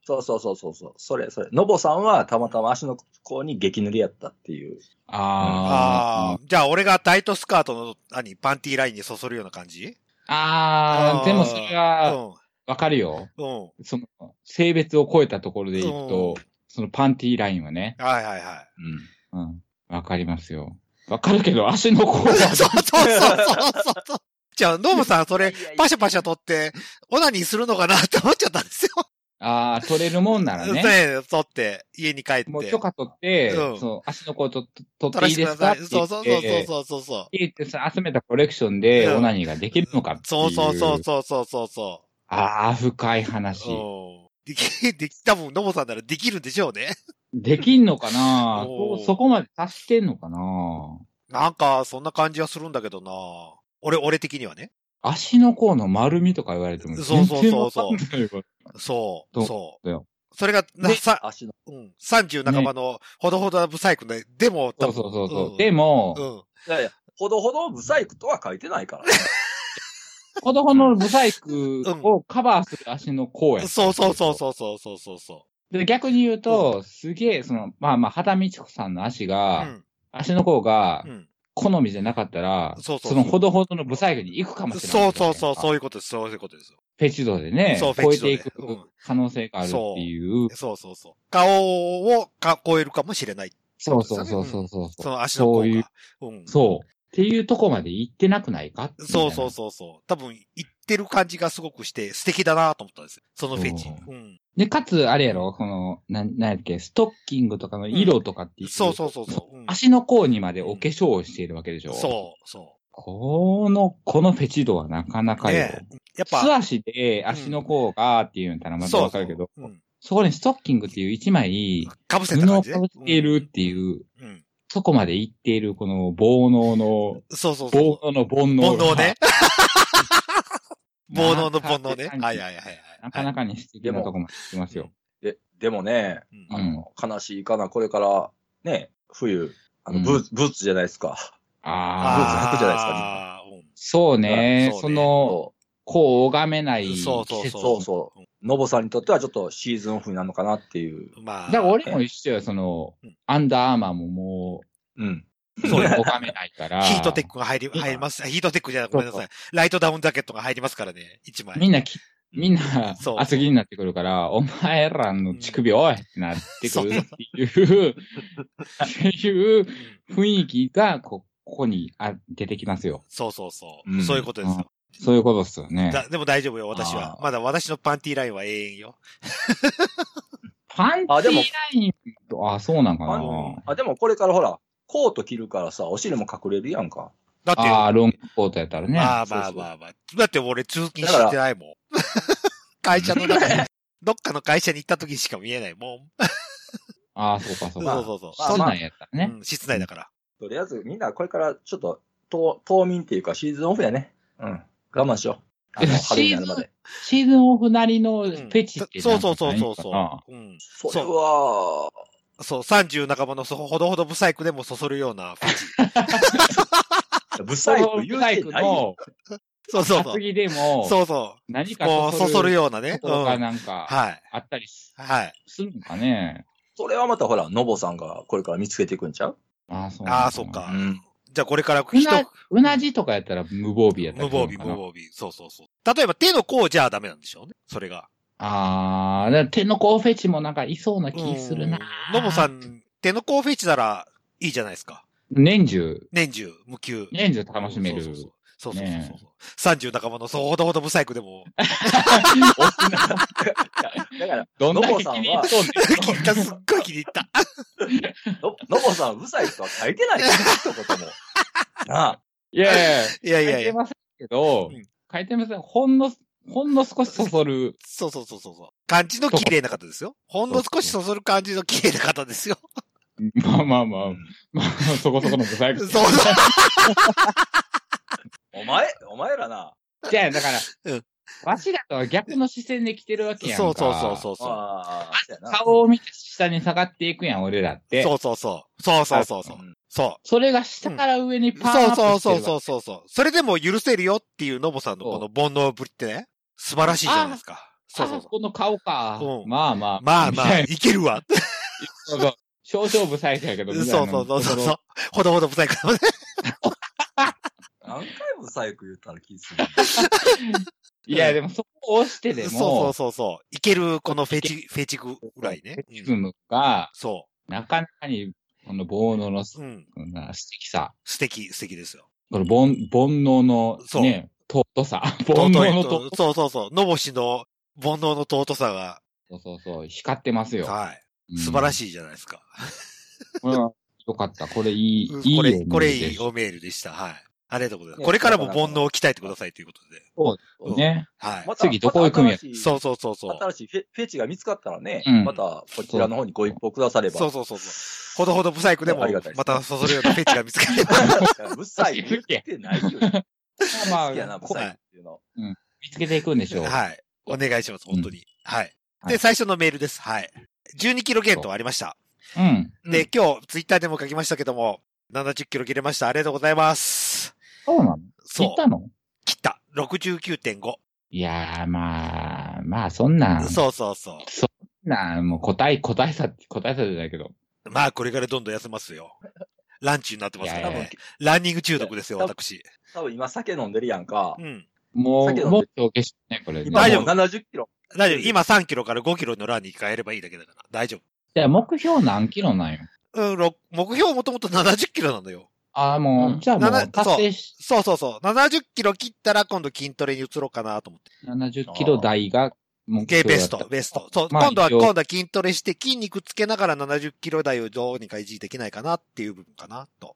[SPEAKER 3] そうそうそうそうそう。それ、それ。のぼさんはたまたま足の甲に激塗りやったっていう。
[SPEAKER 1] あ
[SPEAKER 2] あ
[SPEAKER 1] あ。じゃあ俺がタイトスカートの、何、パンティーラインにそそるような感じ
[SPEAKER 2] あ。ああ、でもそれは、
[SPEAKER 1] う
[SPEAKER 2] わかるよ。
[SPEAKER 1] ん。うん。
[SPEAKER 2] その、性別を超えたところでいくと
[SPEAKER 1] う、
[SPEAKER 2] そのパンティーラインはね、
[SPEAKER 1] はいはいは
[SPEAKER 3] う
[SPEAKER 2] うん。わかりますよ。わかるけど、足の
[SPEAKER 1] (laughs)
[SPEAKER 2] 甲
[SPEAKER 1] い。そうそ
[SPEAKER 2] は、
[SPEAKER 1] うそうそうそう。じゃあ、ノブさん、それ、
[SPEAKER 3] ん。
[SPEAKER 1] パシャパシャ撮って、オナニーするのかなって思っちゃったんですよ。
[SPEAKER 2] ああ、取れるもんなら
[SPEAKER 1] ね
[SPEAKER 2] ね、
[SPEAKER 1] え撮って、家に帰って。
[SPEAKER 2] もう許可取って、
[SPEAKER 1] うん
[SPEAKER 2] そう足の甲と取
[SPEAKER 1] 撮
[SPEAKER 2] っ
[SPEAKER 1] ら
[SPEAKER 2] てい
[SPEAKER 1] せ
[SPEAKER 2] い
[SPEAKER 1] て
[SPEAKER 2] で
[SPEAKER 1] くだ
[SPEAKER 2] す
[SPEAKER 1] さ
[SPEAKER 2] かっ
[SPEAKER 1] い。そ
[SPEAKER 2] て言
[SPEAKER 1] う
[SPEAKER 2] っ
[SPEAKER 1] そう
[SPEAKER 2] て、
[SPEAKER 1] そうそうそう。
[SPEAKER 2] 言ってさ集めたコレクションで
[SPEAKER 1] うん
[SPEAKER 2] オナニーができるのかっていう。
[SPEAKER 1] そうそうそうそうそうそうそ
[SPEAKER 2] ああ、深いう話。
[SPEAKER 1] そう。うん。でき、でき、多分、ノボさんならできるんでしょうね。
[SPEAKER 2] できんのかな
[SPEAKER 1] おー
[SPEAKER 2] そそこまで達してんのかな
[SPEAKER 1] なんか、そんな感じはするんだけどな俺、俺的にはね。
[SPEAKER 2] 足の甲の丸みとか言われても
[SPEAKER 1] そう
[SPEAKER 2] 全
[SPEAKER 1] そう
[SPEAKER 2] 然
[SPEAKER 1] そう
[SPEAKER 2] わ
[SPEAKER 1] そ
[SPEAKER 2] か
[SPEAKER 1] うん
[SPEAKER 2] ないわ。
[SPEAKER 1] そ
[SPEAKER 2] ど
[SPEAKER 1] う、
[SPEAKER 2] う
[SPEAKER 1] そう。
[SPEAKER 2] だよ
[SPEAKER 1] それが、な、
[SPEAKER 3] で
[SPEAKER 1] さ、
[SPEAKER 3] 足の。
[SPEAKER 1] うん、30半ばの、ほどほどブサイクで、でも、
[SPEAKER 2] そ
[SPEAKER 1] 多
[SPEAKER 2] う
[SPEAKER 1] 分
[SPEAKER 2] そうそうそう。
[SPEAKER 1] うん
[SPEAKER 2] でも、
[SPEAKER 1] うん。
[SPEAKER 3] いやいや、ほどほどブサイクとは書いてないからね。
[SPEAKER 2] ほどほどのブサイクをカバーする足の甲や。
[SPEAKER 1] そうそうそうそうそうそうそうそ
[SPEAKER 2] で、逆に言うと、すげえ、その、まあまあ、畑美智子さんの足
[SPEAKER 1] う。う
[SPEAKER 2] が、
[SPEAKER 1] ん。
[SPEAKER 2] 足の甲が
[SPEAKER 1] うん。
[SPEAKER 2] 好みじゃなかったら、
[SPEAKER 1] そうそうそう
[SPEAKER 2] のほどほどのブサイクに行くかもしれな
[SPEAKER 1] そ
[SPEAKER 2] い。。
[SPEAKER 1] うそうそう、そうういうことです。そういうことです。
[SPEAKER 2] フェチ度でね、
[SPEAKER 1] そう
[SPEAKER 2] 超えてい
[SPEAKER 1] フェ
[SPEAKER 2] く
[SPEAKER 1] チ度でうん
[SPEAKER 2] 可能性があるっていう。
[SPEAKER 1] そうそうそう。顔をか超えるかもしれない。
[SPEAKER 2] そうそうそうそうそう。
[SPEAKER 1] そ
[SPEAKER 2] そう
[SPEAKER 1] の足の甲が。
[SPEAKER 2] そういう
[SPEAKER 1] うん。
[SPEAKER 2] そう。っていうとこまで行ってなくないかみたいな
[SPEAKER 1] そうそうそうそう。多分、言ってる感じがすごくして、素敵だなと思ったんですよ。そのフェチ。
[SPEAKER 2] う
[SPEAKER 1] うん。
[SPEAKER 2] で、かつ、あれやろ、この、なん、なんやっけ、ストッキングとかの色とかっていう。
[SPEAKER 1] そうそうそうそう。うん、
[SPEAKER 2] 足の甲にまでお化粧をしているわけでしょ。
[SPEAKER 1] そう、そ
[SPEAKER 2] この、このフェチ度はなかな
[SPEAKER 1] う。
[SPEAKER 2] かよ。
[SPEAKER 1] ねえやっぱ、
[SPEAKER 2] 素足で足の甲がっていうんたらまたわかるけど、
[SPEAKER 1] そうそう、うん
[SPEAKER 2] そこにストッキングっていう一枚、
[SPEAKER 1] かぶせた
[SPEAKER 2] 布
[SPEAKER 1] 感
[SPEAKER 2] を
[SPEAKER 1] じ
[SPEAKER 2] 被
[SPEAKER 1] ね、
[SPEAKER 2] っているっていう、
[SPEAKER 1] うん。うん。
[SPEAKER 2] そこまで行っているこの煩悩の、
[SPEAKER 1] そうそう
[SPEAKER 2] 煩
[SPEAKER 1] そ
[SPEAKER 2] 悩の煩
[SPEAKER 1] う。煩
[SPEAKER 2] 悩
[SPEAKER 1] 悩
[SPEAKER 2] が。(laughs)
[SPEAKER 1] ね。 (laughs) 煩悩の (laughs) 煩
[SPEAKER 2] なかなか (laughs)
[SPEAKER 1] 悩ね。はいはいはいはい。
[SPEAKER 2] なかなかに素敵なとこまで行きますよ。
[SPEAKER 3] で、でもね、
[SPEAKER 1] うん
[SPEAKER 2] う
[SPEAKER 3] あ
[SPEAKER 2] ん
[SPEAKER 3] の、悲しいかな、これから、ね、冬、あの、
[SPEAKER 2] うん
[SPEAKER 3] ブーツ、ブーツじゃないですか。
[SPEAKER 2] ああ、
[SPEAKER 3] ブーツ履くじゃないですか
[SPEAKER 1] あーうん
[SPEAKER 2] そうね
[SPEAKER 1] そうね
[SPEAKER 2] その、
[SPEAKER 3] そ
[SPEAKER 2] こう拝めない季
[SPEAKER 1] そう
[SPEAKER 2] 節
[SPEAKER 1] そう
[SPEAKER 3] そうそうノボさんにとってはちょっとシーズンオフになるのかなっていう。
[SPEAKER 1] まあ、
[SPEAKER 2] だから俺も一緒よ、その
[SPEAKER 1] うん、
[SPEAKER 2] アンダーアーマーもも
[SPEAKER 3] うん。
[SPEAKER 2] う、
[SPEAKER 1] そう
[SPEAKER 2] おかめないから、
[SPEAKER 1] ヒートテックが入り、入ります。ヒートテックじゃない、ごめんなさい。ライトダウンジャケットが入りますからね、一枚。
[SPEAKER 2] みんなき、みんな
[SPEAKER 1] そう、
[SPEAKER 2] 厚着になってくるから、お前らの乳首、おいってなってくるって
[SPEAKER 1] (laughs)
[SPEAKER 2] いう、っていう
[SPEAKER 1] うん
[SPEAKER 2] 雰囲気が、こここにあ出てきますよ。
[SPEAKER 1] そうそうそう、
[SPEAKER 3] うん
[SPEAKER 1] そういうことですよ。
[SPEAKER 2] そういうことですよね。
[SPEAKER 1] だでも大丈夫よ、私は
[SPEAKER 3] あ。ー
[SPEAKER 1] まだ私のパンティーラインは永遠よ。
[SPEAKER 2] パンティ
[SPEAKER 3] あで
[SPEAKER 2] ー
[SPEAKER 3] も
[SPEAKER 2] ラインと、あ、そうなんか
[SPEAKER 3] あ
[SPEAKER 2] な
[SPEAKER 3] の。あ、でもこれからほら、コート着るからさ、お尻も隠れるやんか。
[SPEAKER 1] だって、
[SPEAKER 2] ああ、ロングコートやったらね。
[SPEAKER 1] まあまあまあまあ。だって俺通勤してないもん。会社の中に、どっかの会社に行った時しか見えないもん。
[SPEAKER 2] ああ、そうか、
[SPEAKER 1] そ
[SPEAKER 2] そ
[SPEAKER 1] うう
[SPEAKER 2] か。
[SPEAKER 1] そうそう。
[SPEAKER 3] まあ
[SPEAKER 2] そん
[SPEAKER 1] ま
[SPEAKER 2] な
[SPEAKER 1] あ
[SPEAKER 2] んやったらね。
[SPEAKER 1] うん室内だから。
[SPEAKER 3] とりあえずみんなこれからちょっと、冬冬眠っていうかシーズンオフやね。うん。我慢しよう。あの、春になるまで。
[SPEAKER 2] シーズンオフなりの
[SPEAKER 1] うん
[SPEAKER 2] ペチって
[SPEAKER 1] そ
[SPEAKER 2] な
[SPEAKER 1] うん
[SPEAKER 2] かないかな、
[SPEAKER 1] そうそうそうそう。うん。
[SPEAKER 3] それは、
[SPEAKER 1] そう、30半ばのそほどほどブサイクでもそそるような。
[SPEAKER 3] ブサ
[SPEAKER 2] サ
[SPEAKER 3] イ
[SPEAKER 2] イ
[SPEAKER 3] ク
[SPEAKER 2] ク、
[SPEAKER 3] 言
[SPEAKER 2] ユ
[SPEAKER 3] う
[SPEAKER 2] ーサ
[SPEAKER 3] て
[SPEAKER 2] イク
[SPEAKER 3] ないよ。
[SPEAKER 2] の、
[SPEAKER 1] そうそうそ
[SPEAKER 2] 担
[SPEAKER 1] う。
[SPEAKER 2] ぎでも、
[SPEAKER 1] そうそ
[SPEAKER 2] 何
[SPEAKER 1] う。
[SPEAKER 2] か
[SPEAKER 1] こう、そそる
[SPEAKER 2] よ
[SPEAKER 1] ようなね。う
[SPEAKER 2] と
[SPEAKER 1] ん。
[SPEAKER 2] こが
[SPEAKER 1] はい。
[SPEAKER 2] なんか、
[SPEAKER 1] は
[SPEAKER 2] あったりす
[SPEAKER 1] い。
[SPEAKER 2] るのかね。
[SPEAKER 3] それはまたほら、ノボさんがこれから見つけていくんちゃう
[SPEAKER 2] ああ、そうなんだ
[SPEAKER 1] ああ、そっ。か。
[SPEAKER 3] ん。
[SPEAKER 1] じゃあこれから
[SPEAKER 2] う
[SPEAKER 1] 人、
[SPEAKER 2] な、うなじとかやったら無防備やった
[SPEAKER 1] 無
[SPEAKER 2] りする
[SPEAKER 1] 防備、
[SPEAKER 2] のか
[SPEAKER 1] 無
[SPEAKER 2] な。
[SPEAKER 1] 防備。そうそうそう。例えば手の甲じゃダメなんでしょうね。それが。
[SPEAKER 2] ああ、だから手の甲フェチもなんかいそうな気するな。
[SPEAKER 1] うんノボさん、手の甲フェチならいいじゃないですか。
[SPEAKER 2] 年中、
[SPEAKER 1] 年中、無休。
[SPEAKER 2] 年中楽しめる。
[SPEAKER 1] そうそうそうそうそうそう
[SPEAKER 2] ね
[SPEAKER 1] そう。30半ばのそうほどほどブサイクでも、
[SPEAKER 3] だから、
[SPEAKER 2] どんだけ
[SPEAKER 3] ノボさんは
[SPEAKER 2] 気に入っとんねん
[SPEAKER 1] 気に入った、すっごい気に入
[SPEAKER 2] (laughs)
[SPEAKER 1] った。
[SPEAKER 3] ノノボさん、ブサイクとは書いてないから、一言も。なあ。
[SPEAKER 2] いやいやい
[SPEAKER 1] いや
[SPEAKER 2] や。
[SPEAKER 1] い
[SPEAKER 2] 書
[SPEAKER 1] や
[SPEAKER 2] い
[SPEAKER 1] い
[SPEAKER 2] て
[SPEAKER 1] や。
[SPEAKER 2] ませんけど
[SPEAKER 1] うん、
[SPEAKER 2] 書いてません。ほんの、ほんの少しそそる。
[SPEAKER 1] そうそうそうそうそう。感じの綺麗な方ですよ。ほんの少しそそる感じの綺麗な方です
[SPEAKER 2] (laughs)
[SPEAKER 1] よ。
[SPEAKER 2] まあまあまあ
[SPEAKER 3] うん、
[SPEAKER 2] まあ、そこそこのブサイ
[SPEAKER 1] そう (laughs)
[SPEAKER 2] ク。
[SPEAKER 1] そう。
[SPEAKER 3] お前、お前らな。
[SPEAKER 2] じゃあ、だか
[SPEAKER 1] う
[SPEAKER 2] ら
[SPEAKER 1] ん、
[SPEAKER 2] わしらとは逆の視線で来てるわけやんか。
[SPEAKER 1] そうそうそうそうそう。
[SPEAKER 3] ああ、そうやな
[SPEAKER 2] 顔を見て下に下がっていくやん、俺らって。
[SPEAKER 1] そうそうそう。そうそうそうそう
[SPEAKER 3] う。ん
[SPEAKER 1] そ
[SPEAKER 2] それが下から上に
[SPEAKER 1] う。
[SPEAKER 2] パーン
[SPEAKER 1] そうそう
[SPEAKER 2] と
[SPEAKER 1] そう
[SPEAKER 2] う。
[SPEAKER 1] そうそうそう。それでも許せるよっていうノボさんのこの煩悩ぶりってね、素晴らしいじゃないですか。そうそ
[SPEAKER 2] あ
[SPEAKER 1] う
[SPEAKER 2] そ
[SPEAKER 1] そう。
[SPEAKER 2] この顔か
[SPEAKER 1] う。ん
[SPEAKER 2] まあまあ。
[SPEAKER 1] まあまあ、
[SPEAKER 2] みたい
[SPEAKER 1] いけるわ。
[SPEAKER 2] なそうそう。少々不細工やけど。みたいな
[SPEAKER 1] そうそうそうそうそう。ほどほど不細工だね。
[SPEAKER 3] 何回ブサイク言ったら気する。
[SPEAKER 2] いや、でもそこを押してで
[SPEAKER 1] そう
[SPEAKER 2] も、
[SPEAKER 1] そうそうそう。いける、このフェチ、フェチグぐらいね。
[SPEAKER 2] 気
[SPEAKER 1] うん
[SPEAKER 2] 分が、
[SPEAKER 1] そ
[SPEAKER 2] なかなかに、この煩悩の
[SPEAKER 1] う。うん。
[SPEAKER 2] こんな素敵さ。
[SPEAKER 1] 素敵、素敵ですよ。
[SPEAKER 2] この煩煩悩の
[SPEAKER 1] そう
[SPEAKER 2] ね、尊さ。煩悩の尊
[SPEAKER 1] そうそうそう。のぼしの煩悩の尊さが、
[SPEAKER 2] そうそうそう、光ってますよ。
[SPEAKER 1] はいう。素晴ら
[SPEAKER 2] い。
[SPEAKER 1] しいじゃないですか。
[SPEAKER 2] これはよかった。これいい
[SPEAKER 1] うん、
[SPEAKER 2] い
[SPEAKER 1] こ
[SPEAKER 2] いよ
[SPEAKER 1] れ、
[SPEAKER 2] ね
[SPEAKER 1] これいいおメールでした。はい。ありがとうございま
[SPEAKER 3] ね
[SPEAKER 1] す。これからも煩悩を鍛えてくださいということで。
[SPEAKER 2] そうね。
[SPEAKER 1] はい。
[SPEAKER 3] また
[SPEAKER 2] 次どこ行くんや
[SPEAKER 3] また新しい
[SPEAKER 1] そうそうそうそう。
[SPEAKER 3] 新しいフェフェチが見つかったらね、
[SPEAKER 2] うん
[SPEAKER 3] またこちらの方にご一報くだされば。
[SPEAKER 1] そうそうそうそう。ほどほど不細工でも
[SPEAKER 3] ありがたい、です
[SPEAKER 1] またそそるようなフェチが見つか
[SPEAKER 2] (laughs)
[SPEAKER 1] れば。
[SPEAKER 3] う。ブサイク言ってないよ。好
[SPEAKER 2] まあ
[SPEAKER 3] きやな、
[SPEAKER 2] まあ、
[SPEAKER 3] ブ
[SPEAKER 2] こ
[SPEAKER 3] サイクっていうの。
[SPEAKER 2] 見つけていくんでしょう。
[SPEAKER 1] はい。お願いします、本当に。はい。
[SPEAKER 2] は
[SPEAKER 1] で、
[SPEAKER 2] い
[SPEAKER 1] 最初のメールです。はい。12キロ減とありました。
[SPEAKER 2] うん。
[SPEAKER 1] で、今日、ツイッターでも書きましたけども、70キロ切れました。ありがとうございます。
[SPEAKER 2] そうなの
[SPEAKER 1] そ
[SPEAKER 2] 切
[SPEAKER 1] う。
[SPEAKER 2] ったの
[SPEAKER 1] 切った。69.5。
[SPEAKER 2] いやー、まあ、まあ、そんなん、そ
[SPEAKER 1] そうそうそ
[SPEAKER 2] んなん、もう答え、答えさ、答えさじゃないけど。
[SPEAKER 1] う。まあ、これからどんどん痩せますよ。ランチになってますか
[SPEAKER 2] いや
[SPEAKER 1] ら
[SPEAKER 2] いや
[SPEAKER 1] ね。ランニング中毒ですよ、私。
[SPEAKER 3] 多分今酒飲んでるやんか
[SPEAKER 1] う。ん。
[SPEAKER 2] もう、
[SPEAKER 3] 先ほど
[SPEAKER 2] もう今日消しね、これね。
[SPEAKER 3] 今
[SPEAKER 1] 大丈
[SPEAKER 3] もう
[SPEAKER 1] 夫
[SPEAKER 3] 70キロ。
[SPEAKER 1] 大丈夫。今3キロから5キロのランに変えればいいだけだから。大丈
[SPEAKER 2] じゃあ、目標何キロなんよ。
[SPEAKER 1] 夫。うん、ろ目標もともと70キロなんだよ。
[SPEAKER 2] ああ、もう、
[SPEAKER 3] うん
[SPEAKER 2] じゃあも
[SPEAKER 1] なな
[SPEAKER 2] う、達成し、
[SPEAKER 1] そうそうそう。70キロ切ったら今度筋トレに移ろうかなと思って。
[SPEAKER 2] 70キロ台が目
[SPEAKER 1] ゲ
[SPEAKER 2] 標
[SPEAKER 1] ーベ
[SPEAKER 2] だ
[SPEAKER 1] ス
[SPEAKER 2] った
[SPEAKER 1] ト、ベスト。そう、
[SPEAKER 2] まあ
[SPEAKER 1] 今度は、
[SPEAKER 2] 一応
[SPEAKER 1] 今度は筋トレして筋肉つけながら70キロ台をどうにか維持できないかなっていう部分かなと。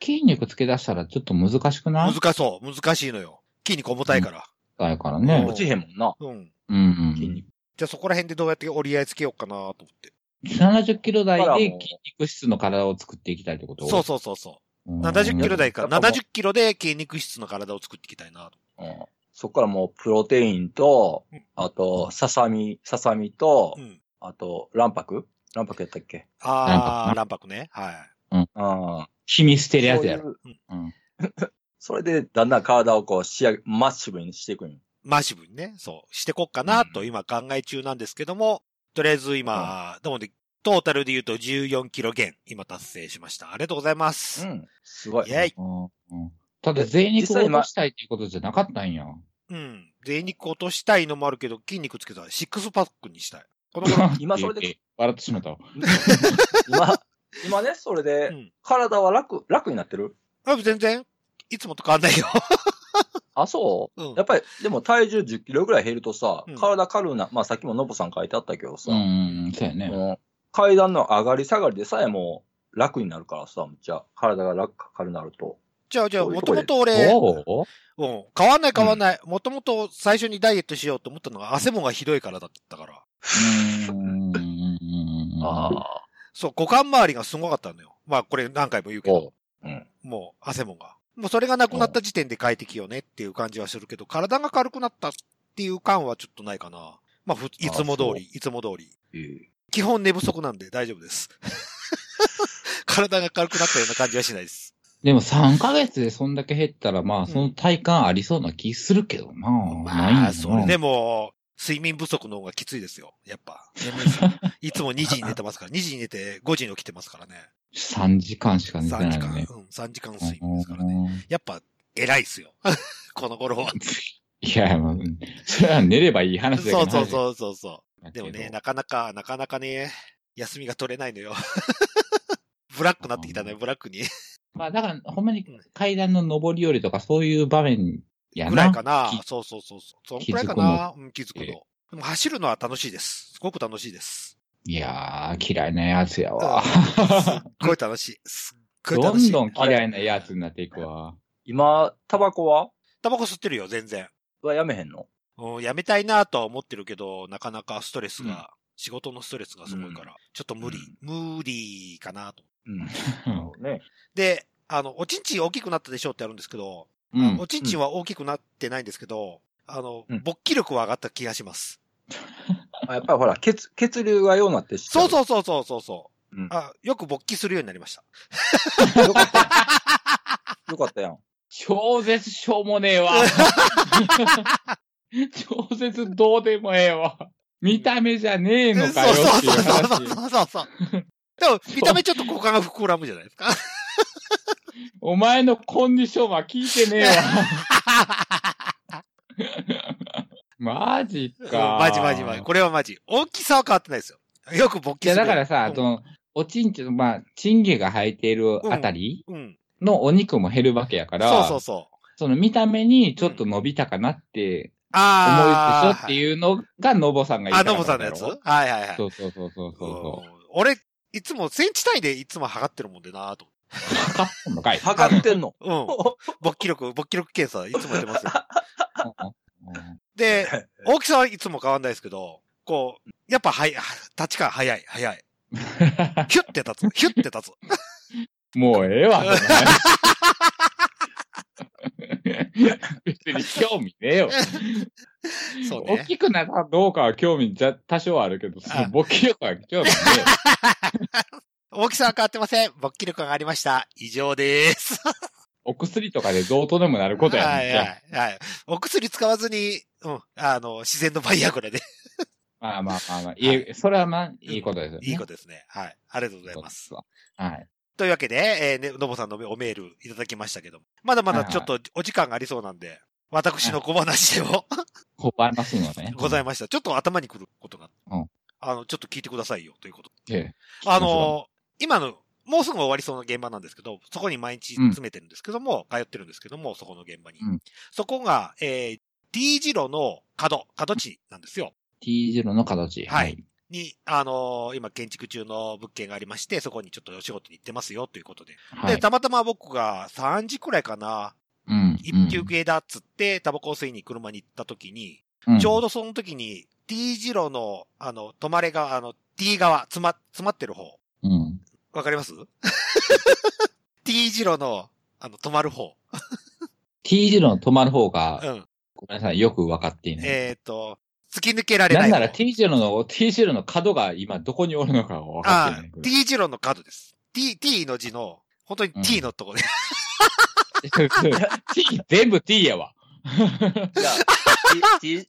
[SPEAKER 2] 筋肉つけ出したらちょっと難しくない
[SPEAKER 1] 難しそう。難しいのよ。筋肉重たいから。
[SPEAKER 2] だから
[SPEAKER 1] う
[SPEAKER 2] ね
[SPEAKER 3] 落。ちへんもんな。
[SPEAKER 1] うん。
[SPEAKER 2] うん
[SPEAKER 3] 筋
[SPEAKER 2] うん
[SPEAKER 3] 肉。
[SPEAKER 1] じゃあそこら辺でどうやって折り合いつけようかなと思って。
[SPEAKER 2] 70キロ台
[SPEAKER 3] だからもう
[SPEAKER 2] で筋肉質の体を作っていきたいってこと
[SPEAKER 1] そうそうそうそうう。
[SPEAKER 2] ん。
[SPEAKER 1] 70キロ台か
[SPEAKER 3] や
[SPEAKER 1] ら
[SPEAKER 3] っぱもう
[SPEAKER 1] 70キロで筋肉質の体を作っていきたいなと。
[SPEAKER 3] うんそっからもうプロテインと
[SPEAKER 1] うん、
[SPEAKER 3] あと、ささみ、ささみと
[SPEAKER 1] う、ん。
[SPEAKER 3] あと、卵白卵白やったっけ
[SPEAKER 1] あー、卵白ね。はい。
[SPEAKER 3] うん。
[SPEAKER 2] 秘密捨てるやつやろ。
[SPEAKER 3] そういう
[SPEAKER 2] うん
[SPEAKER 3] それで、だんだん体をこう、仕上げ、マッシブにしていくんよ。
[SPEAKER 1] マーシブにね、そう、してこっかなと今考え中なんですけども、とりあえず今、なので、トータルで言うと14キロ減、今達成しました。ありがとうございます。
[SPEAKER 3] うん。すごい
[SPEAKER 1] イ。ェイ
[SPEAKER 2] うんうんただ、贅肉を落としたいっていうことじゃなかったんや。
[SPEAKER 1] うん。贅肉落としたいのもあるけど、筋肉つけたらシックスパックにしたい。
[SPEAKER 3] この頃今
[SPEAKER 2] (laughs)
[SPEAKER 3] それ
[SPEAKER 2] え
[SPEAKER 3] で
[SPEAKER 2] え、笑ってしまったわ。
[SPEAKER 3] 今、 (laughs) 今ね、それ
[SPEAKER 1] う
[SPEAKER 3] で、
[SPEAKER 1] ん。
[SPEAKER 3] 体は楽、楽になってる
[SPEAKER 1] あ全然、いつもと変わんないよ。
[SPEAKER 3] あ、そう
[SPEAKER 1] うん
[SPEAKER 3] や。っぱり、でも体重10キロぐらい減るとさ、
[SPEAKER 1] うん
[SPEAKER 3] 体軽うな、まあさっきもノボさん書いてあったけどさ、
[SPEAKER 2] うん、うん、そうやね。
[SPEAKER 3] もう階段の上がり下がりでさえもう楽になるからさ、むっちゃ体が楽軽くなると。
[SPEAKER 1] じゃあじゃあ、
[SPEAKER 3] そういう
[SPEAKER 1] も
[SPEAKER 3] ことと
[SPEAKER 1] も
[SPEAKER 3] で
[SPEAKER 1] と俺、 (laughs)
[SPEAKER 2] おう
[SPEAKER 1] うん、変わんない変わんない。もともと最初にダイエットしようと思ったのが汗もがひどいからだったから。
[SPEAKER 2] うんうん
[SPEAKER 3] あ。
[SPEAKER 1] そう、股間周りがすごかったのよ。まあこれ何回も言うけど、
[SPEAKER 3] うん。
[SPEAKER 1] もう汗もが。もうそれがなくなった時点で快適よねっていう感じはするけど、体が軽くなったっていう感はちょっとないかな。まあふ、いつも通
[SPEAKER 3] あそう
[SPEAKER 1] り、いつも通り。
[SPEAKER 3] ええ
[SPEAKER 1] 基本寝不足なんで大丈夫です。 (laughs) 体が軽くなったような感じはしないです。
[SPEAKER 2] でも3ヶ月でそんだけ減ったら、まあ、その体感ありそうな気するけどな。ないんだ
[SPEAKER 1] ま
[SPEAKER 2] な
[SPEAKER 1] あ、それでも、睡眠不足の方がきついですよ。やっぱ。眠いですよいつも2時に寝てますから、2時に寝て5時に起きてますからね。
[SPEAKER 2] 3時間しか寝て
[SPEAKER 1] 3
[SPEAKER 2] な
[SPEAKER 1] 時
[SPEAKER 2] いよ
[SPEAKER 1] 間、
[SPEAKER 2] ね。
[SPEAKER 1] うん、3時間睡眠ですからね。やっぱ、偉いっすよ。 (laughs) この頃は。
[SPEAKER 2] いや、まあ、うんそれは寝ればいい話だけ
[SPEAKER 1] そ
[SPEAKER 2] ど
[SPEAKER 1] うそうそうそうそ
[SPEAKER 2] だ
[SPEAKER 1] う。で
[SPEAKER 2] けど
[SPEAKER 1] もね、なかなか、なかなかね、休みが取れないの
[SPEAKER 2] (laughs)
[SPEAKER 1] よ。ブラックなってきたね、ブラックに。
[SPEAKER 2] まあ、だから、ほんまに階段の上り下りとか、そういう場面やな。
[SPEAKER 1] ぐらいかな
[SPEAKER 2] き。
[SPEAKER 1] そうそうそうそう。そん
[SPEAKER 2] 気
[SPEAKER 1] くらい
[SPEAKER 2] づ
[SPEAKER 1] か
[SPEAKER 2] くの
[SPEAKER 1] な。うん気づくの。
[SPEAKER 2] え
[SPEAKER 1] でも走るのは楽しいです。すごく楽しいです。
[SPEAKER 2] (laughs) いやー、嫌いなやつやわ。 (laughs)
[SPEAKER 1] すっごい楽しい。すっごい
[SPEAKER 2] ど
[SPEAKER 1] 楽しい。
[SPEAKER 2] んどん嫌いなやつになっていくわ。
[SPEAKER 3] 今、タバコは
[SPEAKER 1] タバコ吸ってるよ、全然。
[SPEAKER 3] はやめへんの
[SPEAKER 1] うん、やめたいなとは思ってるけど、なかなかストレスが、仕事のストレスがすごいから、ちょっと無理、無理かなと。
[SPEAKER 3] うん。ね。
[SPEAKER 1] で、あの、おちんちん大きくなったでしょうってあるんですけど、
[SPEAKER 2] う
[SPEAKER 1] お
[SPEAKER 2] ん。
[SPEAKER 1] ちんちんは大きくなってないんですけど、あの、
[SPEAKER 3] うん
[SPEAKER 1] 勃起力は上がった気がします。
[SPEAKER 3] あやっぱりほら、血、血流がようになってし
[SPEAKER 1] そう
[SPEAKER 3] う。
[SPEAKER 1] そうそうそうそうそう、
[SPEAKER 3] うん
[SPEAKER 1] あ。よく勃起するようになりました。
[SPEAKER 3] よかったやん。よかったやん。
[SPEAKER 2] 超絶しょうもね
[SPEAKER 1] (laughs)
[SPEAKER 2] えわ。超絶どうでもええわ。見た目じゃねえ
[SPEAKER 1] そう
[SPEAKER 2] のか
[SPEAKER 1] そう
[SPEAKER 2] よ
[SPEAKER 1] そう
[SPEAKER 2] ってい
[SPEAKER 1] そ
[SPEAKER 2] う
[SPEAKER 1] う
[SPEAKER 2] 話。
[SPEAKER 1] そうそうそう。でも、見た目ちょっと股間が膨らむじゃないですか。
[SPEAKER 2] お前のコンディションは聞いてねえわ。
[SPEAKER 1] (laughs)
[SPEAKER 2] マジか。
[SPEAKER 1] マジマジマジ。これはマジ。大きさは変わってないですよ。よく勃
[SPEAKER 2] い
[SPEAKER 1] 起
[SPEAKER 2] や、
[SPEAKER 1] する。
[SPEAKER 2] だからさ、
[SPEAKER 1] うん
[SPEAKER 2] その、おちんちん、まあ、チンゲが生えているあたり
[SPEAKER 1] うん。
[SPEAKER 2] のお肉も減るわけやから、
[SPEAKER 1] そうそうそう。
[SPEAKER 2] その見た目にちょっと伸びたかなって思うで
[SPEAKER 1] あ
[SPEAKER 2] しょ
[SPEAKER 1] あ。
[SPEAKER 2] って
[SPEAKER 1] う。
[SPEAKER 2] いうのが、のぼさんが言
[SPEAKER 1] あ、
[SPEAKER 2] った
[SPEAKER 1] ノ
[SPEAKER 2] か
[SPEAKER 1] ボさ
[SPEAKER 2] ら
[SPEAKER 1] んのやつ
[SPEAKER 2] だろ
[SPEAKER 1] はいはいはい。
[SPEAKER 2] そうそうそうそうそう
[SPEAKER 1] う
[SPEAKER 2] そ
[SPEAKER 1] ん俺、いつもセンチ単位でいつも測ってるもんでなぁと。
[SPEAKER 2] う。測ったのかい。
[SPEAKER 3] 測ってんの。
[SPEAKER 1] うん。勃起力、勃起力検査いつもやってますよ。
[SPEAKER 2] うんうん (laughs)
[SPEAKER 1] で、大きさはいつも変わんないですけど、こう、やっぱはい、立ち感早い、早い。ヒュッて立つ、ヒュッて立つ。
[SPEAKER 2] もうええわ、その話別に興味ねえよ。 (laughs)
[SPEAKER 1] そう
[SPEAKER 2] 大
[SPEAKER 1] ね。
[SPEAKER 2] きくなったかどうかは興味じゃ多少はあるけど、その勃起力は興味ねえよ。
[SPEAKER 1] 大きさは変わってません。勃起力がありました。以上です。
[SPEAKER 2] お薬とかでどうとでもなることや
[SPEAKER 1] は
[SPEAKER 2] ねん
[SPEAKER 1] い
[SPEAKER 2] じゃ
[SPEAKER 1] はい
[SPEAKER 2] あ
[SPEAKER 1] はい。お薬使わずに、うん、あの、自然のバイアグラで。
[SPEAKER 2] まあまあまあまあ、いい、それはまあ、いいことですよ
[SPEAKER 1] (laughs)
[SPEAKER 2] ね。
[SPEAKER 1] いいことですね。はい。ありがとうございます。
[SPEAKER 2] す。はい。
[SPEAKER 1] というわけで、えーね、のぼさんのおメールいただきましたけども、まだまだちょっとお時間がありそうなんで、私の小話でも。
[SPEAKER 2] こばますのね
[SPEAKER 1] (laughs) ござい
[SPEAKER 2] ま
[SPEAKER 1] ました。ちょっと頭にくることが、
[SPEAKER 2] うん
[SPEAKER 1] あの、ちょっと聞いてくださいよ、ということ。
[SPEAKER 2] す。
[SPEAKER 1] あの、今の、もうすぐ終わりそうな現場なんですけど、そこに毎日詰めてるんですけども、通ってるんですけども、そこの現場に。
[SPEAKER 2] うん
[SPEAKER 1] そこが、えー、D 字路の角、角地なんですよ。
[SPEAKER 2] T 字路の形。
[SPEAKER 1] はい。に、あのー今建築中の物件がありまして、そこにちょっとお仕事に行ってますよ、ということで。
[SPEAKER 2] は
[SPEAKER 1] で、
[SPEAKER 2] い。
[SPEAKER 1] たまたま僕が3時くらいかな、
[SPEAKER 2] うん
[SPEAKER 1] 一休系だっつって、タバコを吸いに車に行った時に、ちょう
[SPEAKER 2] ど。
[SPEAKER 1] どその時に T 字路の、あの、止まれが、あの、T 側、詰ま、詰まってる方。
[SPEAKER 2] うん。
[SPEAKER 1] わかります (laughs) ?T 字路の、あの、止まる方。
[SPEAKER 2] T 字路の止まる方
[SPEAKER 1] う
[SPEAKER 2] が、
[SPEAKER 1] ん。
[SPEAKER 2] ごめんなさい、よく分かっていない。
[SPEAKER 1] えっ、と、突き抜けられ
[SPEAKER 2] な
[SPEAKER 1] なんい方。
[SPEAKER 2] なら T 字路の、T 字路の角が今どこにおるのかは分かっ
[SPEAKER 1] あ (laughs)
[SPEAKER 2] てない
[SPEAKER 1] あ、。T 字路の角です。T、T の字の、本当に T のとこで。
[SPEAKER 2] T、全部 T やわ。
[SPEAKER 3] じゃあ、
[SPEAKER 1] (laughs)
[SPEAKER 3] T, T,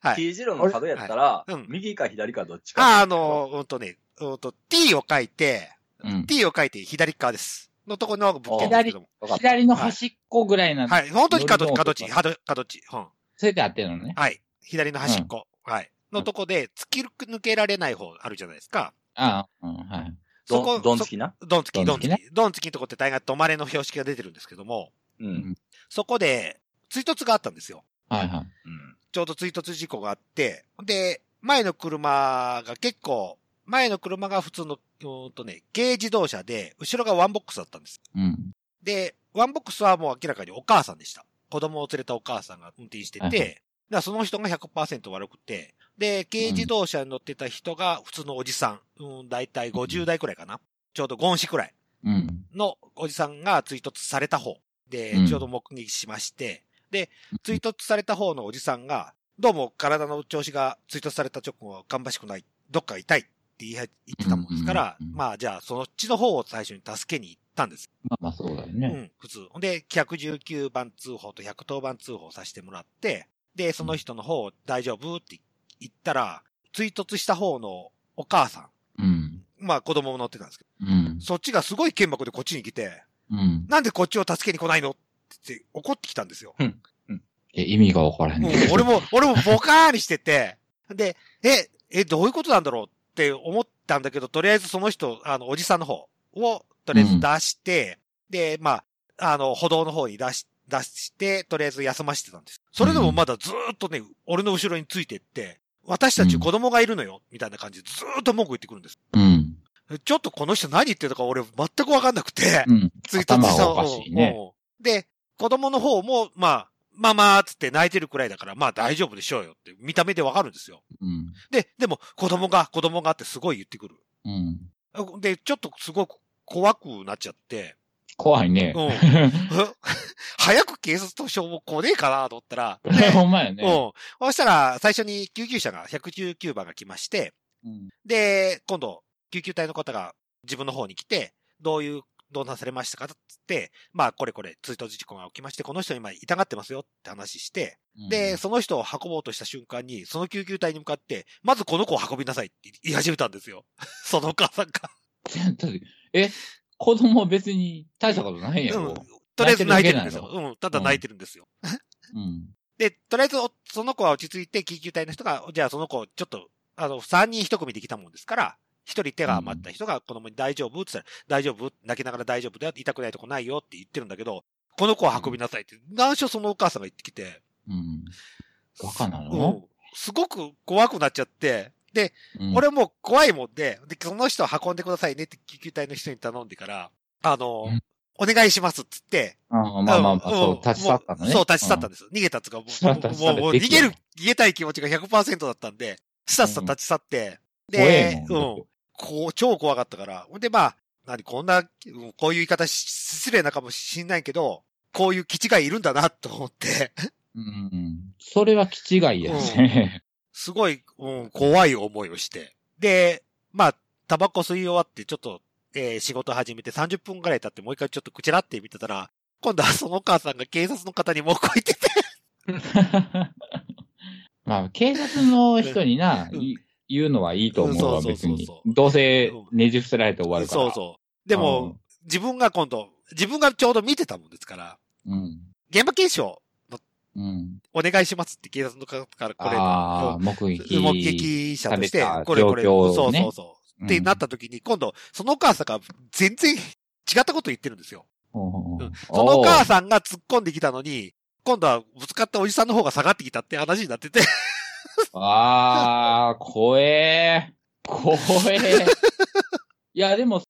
[SPEAKER 1] はい
[SPEAKER 3] T 字路の角やったら、
[SPEAKER 1] いうん
[SPEAKER 3] 右か左かどっちか。
[SPEAKER 1] あ、あの、うんとね、うんと T を書いて、
[SPEAKER 2] うん。
[SPEAKER 1] T を書いて左側です。のとこの物件ですけども。
[SPEAKER 3] わかった
[SPEAKER 2] 左の端っこぐらいなんで、
[SPEAKER 1] はい。本当に角地、
[SPEAKER 2] 乗り物
[SPEAKER 1] 角
[SPEAKER 2] とか
[SPEAKER 1] 地、角角地。うん。
[SPEAKER 2] それで合ってるのね。
[SPEAKER 1] はい。左の端っこ。はい。のとこで、突き抜けられない方あるじゃないですか。
[SPEAKER 2] ああ、うん、はい。
[SPEAKER 1] そ
[SPEAKER 3] ど
[SPEAKER 1] こ、
[SPEAKER 3] ん、どん
[SPEAKER 1] そ
[SPEAKER 3] つきな。
[SPEAKER 1] ドンつき、ド
[SPEAKER 2] ド
[SPEAKER 1] ン
[SPEAKER 2] ン
[SPEAKER 1] つ
[SPEAKER 2] つきね
[SPEAKER 1] き。ドンつきのとこって大概止まれの標識が出てるんですけども、
[SPEAKER 3] うん。
[SPEAKER 1] そこで、追突があったんですよ。
[SPEAKER 2] はいはい。
[SPEAKER 1] ちょうど追突事故があって、で、前の車が結構、前の車が普通の、うーんとね、軽自動車で、後ろがワンボックスだったんです。
[SPEAKER 2] うん。
[SPEAKER 1] で、ワンボックスはもう明らかにお母さんでした。子供を連れたお母さんが運転してて、
[SPEAKER 2] はいはい
[SPEAKER 1] だからその人が100%悪くて、で、軽自動車に乗ってた人が普通のおじさん、うん、だいたい50代くらいかな。ちょうどゴンシくらい。
[SPEAKER 2] うん。
[SPEAKER 1] のおじさんが追突された方で
[SPEAKER 2] う、ん
[SPEAKER 1] ちょうど目撃しまして、で、追突された方のおじさんが、どうも体の調子が追突された直後は芳しくない、どっか痛いって言い言ってたもんですから、
[SPEAKER 2] うんうんうん
[SPEAKER 1] まあじゃあそっちの方を最初に助けに行ったんです。
[SPEAKER 2] まあまあそうだよ
[SPEAKER 1] う
[SPEAKER 2] ね。
[SPEAKER 1] ん、普通。ほんで、119番通報と110番通報させてもらって、で、その人の方大丈夫って言ったら、追突した方のお母さん、
[SPEAKER 2] うん。
[SPEAKER 1] まあ子供も乗ってたんですけど、
[SPEAKER 2] うん。
[SPEAKER 1] そっちがすごい剣幕でこっちに来て、
[SPEAKER 2] うん。
[SPEAKER 1] なんでこっちを助けに来ないのって怒ってきたんですよ。
[SPEAKER 2] え、意味がわからへん
[SPEAKER 1] もう
[SPEAKER 2] ねんけど。
[SPEAKER 1] 俺 (laughs) も、俺もボカーンしてて、で、え、え、どういうことなんだろうって思ったんだけど、とりあえずその人、あの、おじさんの方を、とりあえず出して、で、まあ、あの、歩道の方に出し、出して、とりあえず休ませてたんです。それでもまだずーっとね、俺の後ろについてって、私たち子供がいるのよ、みたいな感じでずーっと文句言ってくるんです。
[SPEAKER 2] うん。
[SPEAKER 1] ちょっとこの人何言ってるか俺全くわかんなくて。
[SPEAKER 2] うん。
[SPEAKER 1] 追突
[SPEAKER 2] 頭
[SPEAKER 1] し
[SPEAKER 2] が
[SPEAKER 1] た
[SPEAKER 2] おかしいね。
[SPEAKER 1] うんうんで、子供の方も、まあ、ママーっつって泣いてるくらいだから、まあ大丈夫でしょうよって見た目でわかるんですよ。
[SPEAKER 2] うん。
[SPEAKER 1] で、でも子供が、子供がってすごい言ってくる。
[SPEAKER 2] うん。
[SPEAKER 1] で、ちょっとすごく怖くなっちゃって、
[SPEAKER 2] 怖いうね。
[SPEAKER 1] ん。 (laughs) 早く警察と消防来ねえかなと思ったら、で
[SPEAKER 2] ほんまや
[SPEAKER 1] うん。
[SPEAKER 2] (laughs) ね。
[SPEAKER 1] そしたら、最初に救急車が119番が来まして、
[SPEAKER 2] うん。
[SPEAKER 1] で、今度、救急隊の方が自分の方に来て、どういう、どうなされましたかってって、まあ、これこれ、追突事故が起きまして、この人今痛がってますよって話して、で、その人を運ぼうとした瞬間に、その救急隊に向かって、まずこの子を運びなさいって言い始めたんですよ。 (laughs) そのお母さんが。
[SPEAKER 2] だって (laughs) え、子供は別に大したことないんや
[SPEAKER 1] うん
[SPEAKER 2] ろ。。
[SPEAKER 1] とりあえず泣いてるんですよ。
[SPEAKER 2] 泣いてるだけ
[SPEAKER 1] うん。ただ泣いてるんですよ。
[SPEAKER 2] うん。
[SPEAKER 1] で、とりあえずお、その子は落ち着いて、緊急隊の人が、じゃあその子、ちょっと、あの、3人一組できたもんですから、一人手が余った人が子供に大丈夫って言ったら、大丈夫泣きながら大丈夫だよ痛くないとこないよって言ってるんだけど、この子を運びなさいって、何しろそのお母さんが言ってきて、
[SPEAKER 2] うん。バカな
[SPEAKER 1] う
[SPEAKER 2] の
[SPEAKER 1] ん、すごく怖くなっちゃって、で、
[SPEAKER 2] うん
[SPEAKER 1] 俺もう怖いもんで、で、その人を運んでくださいねって救急隊の人に頼んでから、あの
[SPEAKER 2] うん、
[SPEAKER 1] お願いしますっつって、
[SPEAKER 2] ああまあまあまあ、
[SPEAKER 1] ん
[SPEAKER 2] そ
[SPEAKER 1] ん
[SPEAKER 2] う、立ち去ったのね。
[SPEAKER 1] そう、立ち去ったん
[SPEAKER 2] うん
[SPEAKER 1] です。逃げたっつうか、も
[SPEAKER 2] そう (laughs) 立ち去
[SPEAKER 1] う、
[SPEAKER 2] る
[SPEAKER 1] もう、もう
[SPEAKER 2] べき
[SPEAKER 1] 逃げ
[SPEAKER 2] だ
[SPEAKER 1] る、逃げたい気持ちが100%だったんで、スタスタ立ち去って、
[SPEAKER 2] 怖
[SPEAKER 1] で
[SPEAKER 2] え、
[SPEAKER 1] う
[SPEAKER 2] もん
[SPEAKER 1] ん。こう、超怖かったから。ほんで、まあ、何、こんな、うんこういう言い方し失礼なかもしんないけど、こういう基地がいるんだな、と思って、 (laughs)
[SPEAKER 2] うんうん。それは気違いやね。
[SPEAKER 1] すごい、うん、怖い思いをして。で、まあ、タバコ吸い終わって、ちょっと、えー仕事始めて30分ぐらい経って、もう一回ちょっとチラって見てたら、今度はそのお母さんが警察の方に文句を言ってて、
[SPEAKER 2] (laughs) まあ、警察の人にな、
[SPEAKER 1] うん
[SPEAKER 2] い言うのはいいと思う
[SPEAKER 1] う
[SPEAKER 2] わ、
[SPEAKER 1] んそう
[SPEAKER 2] 別
[SPEAKER 1] そうそう
[SPEAKER 2] に
[SPEAKER 1] そう。
[SPEAKER 2] どうせねじ伏せられて終わるから。
[SPEAKER 1] そうそう。でも、自分が今度、自分がちょうど見てたもんですから、
[SPEAKER 2] うん。
[SPEAKER 1] 現場検証
[SPEAKER 2] うん。うん。
[SPEAKER 1] お願いしますって警察の方からこれ、
[SPEAKER 2] ああ、目撃。
[SPEAKER 1] 目撃者として
[SPEAKER 2] され、た
[SPEAKER 1] これこれ、
[SPEAKER 2] 状況を
[SPEAKER 1] そう
[SPEAKER 2] ね
[SPEAKER 1] そうそう。ってなった時に、今度、そのお母さんが全然違ったこと言ってるんですよ。
[SPEAKER 2] うんうんう
[SPEAKER 1] うん
[SPEAKER 2] ん。
[SPEAKER 1] そのお母
[SPEAKER 2] ん。
[SPEAKER 1] さんが突っ込んできたのに、今度はぶつかったおじさんの方が下がってきたって話になってて、
[SPEAKER 2] ああ、怖え。怖
[SPEAKER 1] (laughs)
[SPEAKER 2] え。いや、でも、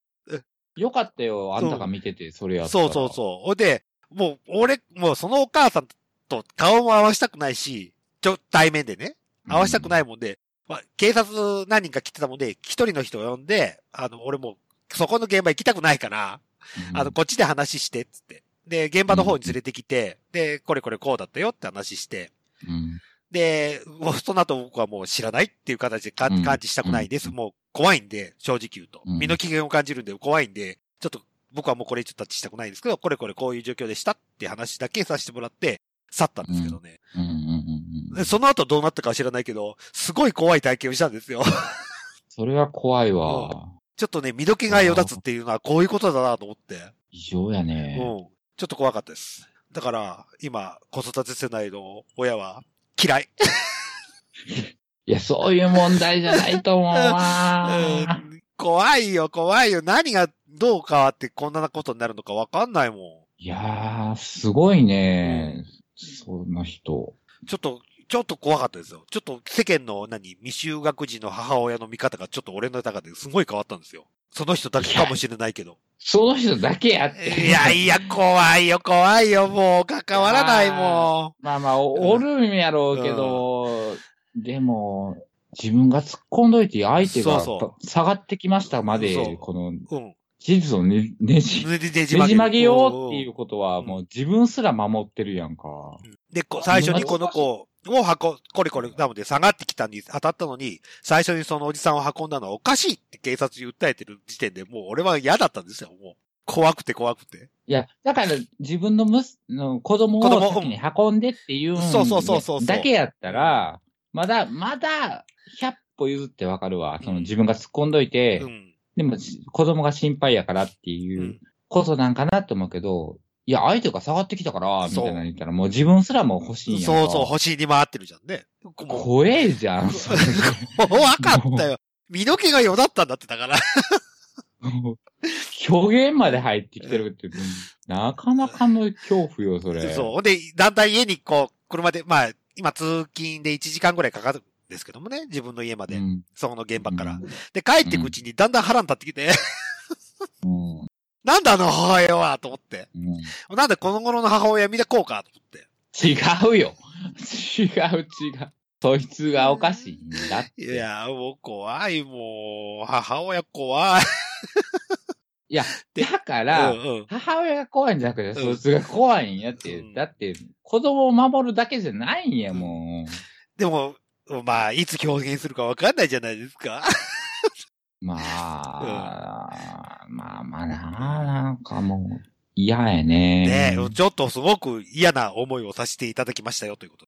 [SPEAKER 2] よかったよ、あんたが見てて、それやったら
[SPEAKER 1] そうそうそう。ほいで、もう、俺、もうそのお母さんと顔も合わしたくないし、ちょ、対面でね。合わしたくないもんで、まあ、警察何人か来てたもんで、一人の人を呼んで、あの、俺も、そこの現場行きたくないから、
[SPEAKER 2] うん
[SPEAKER 1] あの、こっちで話して、つって。で、現場の方に連れてきて、で、これこれこうだったよって話して、
[SPEAKER 2] うん
[SPEAKER 1] で、もうその後僕はもう知らないっていう形でか
[SPEAKER 2] うん
[SPEAKER 1] 感じしたくないんです。
[SPEAKER 2] うん
[SPEAKER 1] もう怖いんで、正直言うと。
[SPEAKER 2] うん
[SPEAKER 1] 身の危険を感じるんで怖いんで、ちょっと僕はもうこれ以上タッチしたくないんですけど、これこれこういう状況でしたって話だけさせてもらって、去ったんですけどね。
[SPEAKER 2] うんうんうんうん
[SPEAKER 1] でその後どうなったかは知らないけど、すごい怖い体験をしたんですよ。 (laughs)
[SPEAKER 2] それは怖いわ。
[SPEAKER 1] ちょっとね、身どけがよだつっていうのはこういうことだなと思って。
[SPEAKER 2] 異常や
[SPEAKER 1] うん。
[SPEAKER 2] ね
[SPEAKER 1] ち。ょっと怖かったです。だから、今、子育て世代の親は嫌い。
[SPEAKER 2] いや、そういう問題じゃないと思う
[SPEAKER 1] う
[SPEAKER 2] わ。
[SPEAKER 1] ん怖いよ、怖いよ。何がどう変わってこんなことになるのかわかんないも
[SPEAKER 2] いやー、すごいね。その人。
[SPEAKER 1] ん。ちょっと、ちょっと怖かったですよ。ちょっと世間の何、未就学児の母親の見方がちょっと俺の中ですごい変わったんですよ。その人だけかもしれないけど。
[SPEAKER 2] その人だけやって。
[SPEAKER 1] いやいや、怖いよ、怖いよ、もう、関わらないも
[SPEAKER 2] まあまあ、おおるんやろうけど、でも、自分が突っ込んどいて相手が
[SPEAKER 1] そうそ
[SPEAKER 2] 下がってきましたま
[SPEAKER 1] そ
[SPEAKER 2] で、
[SPEAKER 1] う
[SPEAKER 2] この
[SPEAKER 1] ん。うん。
[SPEAKER 2] 地図をねねじ、
[SPEAKER 1] ねね
[SPEAKER 2] ねじ曲げようっていううことは、
[SPEAKER 1] ん
[SPEAKER 2] もう自分すら守ってるやんか。
[SPEAKER 1] ん。で、こ最初にこの子を運、これこれ、なので下がってきたに当たったのに、最初にそのおじさんを運んだのはおかしいって警察に訴えてる時点でもう俺は嫌だったんですよ、もう。怖くて怖くて。
[SPEAKER 2] いや、だから自分のむすの子供
[SPEAKER 1] 子供
[SPEAKER 2] を先に運んでっていうん
[SPEAKER 1] そうそうそうそうそう
[SPEAKER 2] だけやったら、まだ、まだ、100歩譲ってわかるわ。その自分が突っ込んどいて、
[SPEAKER 1] うん。
[SPEAKER 2] でもし子供が心配やからっていううんことなんかなと思うけど、いや、相手が下がってきたから、みた
[SPEAKER 1] そう
[SPEAKER 2] いなの言ったら、もう自分すらもう欲しいんやんか
[SPEAKER 1] そうそう、星に回ってるじゃんね。もう
[SPEAKER 2] 怖え
[SPEAKER 1] (laughs)
[SPEAKER 2] じゃん。それ
[SPEAKER 1] 怖かったよ。身の毛がよだったんだって、だから。
[SPEAKER 2] 表現まで入ってきてる
[SPEAKER 1] (laughs)
[SPEAKER 2] って、なかなかの恐怖よ、それ。
[SPEAKER 1] そう。ほんで、だんだん家にこう、車で、まあ、今通勤で1時間ぐらいかかるんですけどもね、自分の家まで、
[SPEAKER 2] うん
[SPEAKER 1] その現場から。で、帰ってくうちにだんだん腹に立ってきて、
[SPEAKER 2] うん
[SPEAKER 1] なんだあの母親はと思って。
[SPEAKER 2] うん
[SPEAKER 1] なんだこの頃の母親みんなこうかと思って。
[SPEAKER 2] 違うよ。 (laughs) 違う違う。そいつがおかしいんだって。
[SPEAKER 1] いや、もう怖い、もう、母親怖い。
[SPEAKER 2] いや、だから、
[SPEAKER 1] うん (laughs) うん
[SPEAKER 2] 母親が怖いんじゃなくて、
[SPEAKER 1] ん
[SPEAKER 2] そいつが怖いんやって。
[SPEAKER 1] うん
[SPEAKER 2] だって、子供を守るだけじゃないんやもん。
[SPEAKER 1] でも、まあ、いつ表現するかわかんないじゃないですか。
[SPEAKER 2] まあ、まあまあなあ、なんかもう、嫌やね。 (laughs)
[SPEAKER 1] ねえ、ちょっとすごく嫌な思いをさせていただきましたよ、ということ。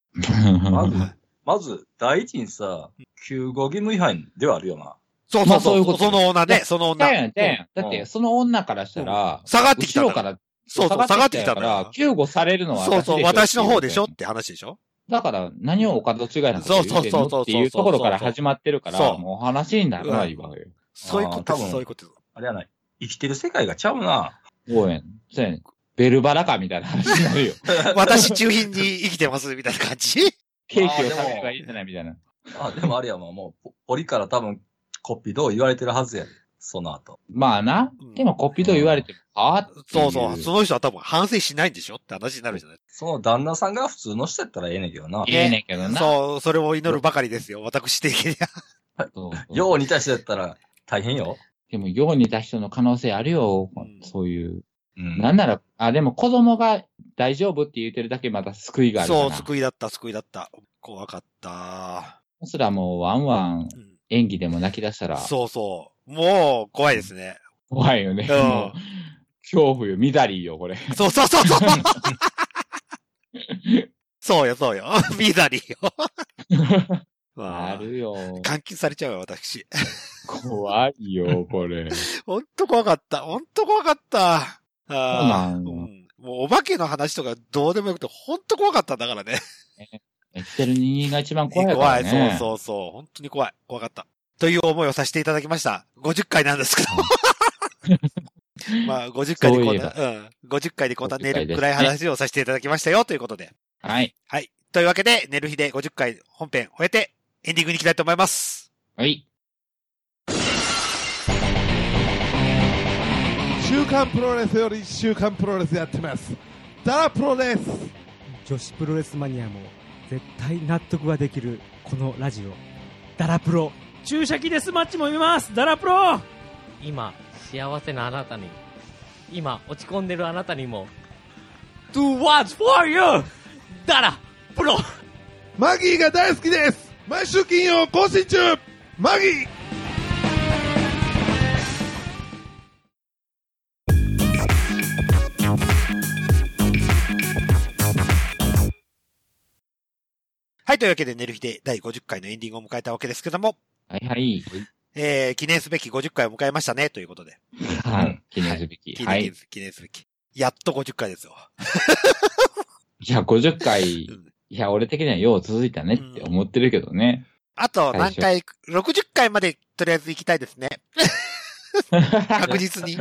[SPEAKER 3] まず、まず、第一にさ、救護義務違反ではあるよな。
[SPEAKER 1] そう
[SPEAKER 2] ま
[SPEAKER 1] そ
[SPEAKER 2] あ
[SPEAKER 1] う
[SPEAKER 2] そう
[SPEAKER 1] そう
[SPEAKER 2] い
[SPEAKER 1] う
[SPEAKER 2] こ。と
[SPEAKER 1] その女ね、その
[SPEAKER 2] だ
[SPEAKER 1] 女。
[SPEAKER 2] よねだよねだって、その女からしたら、
[SPEAKER 1] 下がってきた
[SPEAKER 2] 後
[SPEAKER 1] ん
[SPEAKER 2] ろ
[SPEAKER 1] だ
[SPEAKER 2] から、
[SPEAKER 1] そうそう、下がってきた
[SPEAKER 2] か
[SPEAKER 1] ん
[SPEAKER 2] ら
[SPEAKER 1] だ、。
[SPEAKER 2] 救護されるのは
[SPEAKER 1] そうそう、私の方でしょっ
[SPEAKER 2] っ
[SPEAKER 1] て
[SPEAKER 2] いう
[SPEAKER 1] て話でしょ
[SPEAKER 2] だから、何をお門違いなことを言
[SPEAKER 1] そうそう
[SPEAKER 2] ってんの
[SPEAKER 1] そうそうそう
[SPEAKER 2] っていうところから始まってるか
[SPEAKER 1] そ
[SPEAKER 2] ら、
[SPEAKER 1] う
[SPEAKER 2] もうお話にならないわよ。
[SPEAKER 1] そういうこと
[SPEAKER 3] あー多分
[SPEAKER 1] そういうこと
[SPEAKER 3] あれやない。生きてる世界がちゃうな。
[SPEAKER 2] 応援。そうやねんベルバラかみたいな話になるよ。
[SPEAKER 1] 私中品に生きてます、みたいな感じ
[SPEAKER 2] (laughs) ケーキを食べればいいじゃないみたいな。
[SPEAKER 3] あ、でもあれやわ、もう、ポポリから多分、コピどう言われてるはずやで、その後。
[SPEAKER 2] まあな
[SPEAKER 1] うん。
[SPEAKER 2] でもコピーと言われても、あーってい
[SPEAKER 1] そうそう、その人は多分反省しないんでしょって話になるじゃない
[SPEAKER 3] その旦那さんが普通の人やったらええねんけどな。
[SPEAKER 2] ええねんけどな。
[SPEAKER 1] そう、それを祈るばかりですよ、私的に
[SPEAKER 2] (laughs)
[SPEAKER 1] は。
[SPEAKER 2] そうそう
[SPEAKER 3] よう似た人やったら大変よ。
[SPEAKER 2] でも、よう似た人の可能性あるよ
[SPEAKER 1] うん。
[SPEAKER 2] そういう。
[SPEAKER 3] うん
[SPEAKER 2] なんなら、あ、でも子供が大丈夫って言ってるだけまた救いがあるか
[SPEAKER 1] そう、
[SPEAKER 2] ら。
[SPEAKER 1] 救いだった、救いだった。怖かった。
[SPEAKER 2] そすらもうワンワン
[SPEAKER 1] うん
[SPEAKER 2] 演技でも泣き出したら、
[SPEAKER 1] そうそう。もう、怖いですね。
[SPEAKER 2] 怖いよね。
[SPEAKER 1] うん
[SPEAKER 2] もう恐怖よ、みだりよ、これ。
[SPEAKER 1] そうそうそうそう
[SPEAKER 2] (laughs)
[SPEAKER 1] そうよ、そうよ。 (laughs) ビザ
[SPEAKER 2] (laughs)
[SPEAKER 1] リーよ。
[SPEAKER 2] あ
[SPEAKER 1] わあ
[SPEAKER 2] るよ。
[SPEAKER 1] 監禁されちゃうよ、私。
[SPEAKER 2] 怖いよ、こ
[SPEAKER 1] (laughs)
[SPEAKER 2] れ。
[SPEAKER 1] ほんと怖かった。ほんと怖かった。あー
[SPEAKER 2] そうなんだ
[SPEAKER 1] うんもうお化けの話とかどうでもよくて、ほんと怖かったんだからね。
[SPEAKER 2] 生きてる人間が一番怖いか
[SPEAKER 1] 怖
[SPEAKER 2] ら
[SPEAKER 1] い、
[SPEAKER 2] ね。
[SPEAKER 1] そうそうそう。本当に怖い。怖かった。という思いをさせていただきました。50回なんですけど。 (laughs) まあ、50回でこんな、うん。50回でこんな寝るくらい話をさせていただきましたよ、ということで。
[SPEAKER 2] はい。
[SPEAKER 1] はい。というわけで、寝る日で50回本編終えて、エンディングに行きたいと思います。
[SPEAKER 2] はい。
[SPEAKER 7] 週刊プロレスより週刊プロレスやってますダラプロです
[SPEAKER 6] 女子プロレスマニアも絶対納得ができるこのラジオダラプロ注射器デスマッチも見ますダラプロ
[SPEAKER 8] 今幸せなあなたに今落ち込んでるあなたにも
[SPEAKER 6] Do what's for you
[SPEAKER 8] ダラプロ
[SPEAKER 7] マギーが大好きです毎週金曜更新中マギー
[SPEAKER 1] はい、というわけで、寝る日で第50回のエンディングを迎えたわけですけども、
[SPEAKER 2] はいはい。
[SPEAKER 1] えー、記念すべき50回を迎えましたね、ということで。
[SPEAKER 2] はい。記念すべき。
[SPEAKER 1] 記
[SPEAKER 2] は
[SPEAKER 1] 念,、
[SPEAKER 2] い。
[SPEAKER 1] 記念すべき。やっと50回ですよ。
[SPEAKER 2] いや、50回、
[SPEAKER 1] う
[SPEAKER 2] い
[SPEAKER 1] ん
[SPEAKER 2] や、俺的にはよう続いたねって思ってるけどね。
[SPEAKER 1] あと何回、60回までとりあえず行きたいです
[SPEAKER 2] (laughs)
[SPEAKER 1] ね。確実に。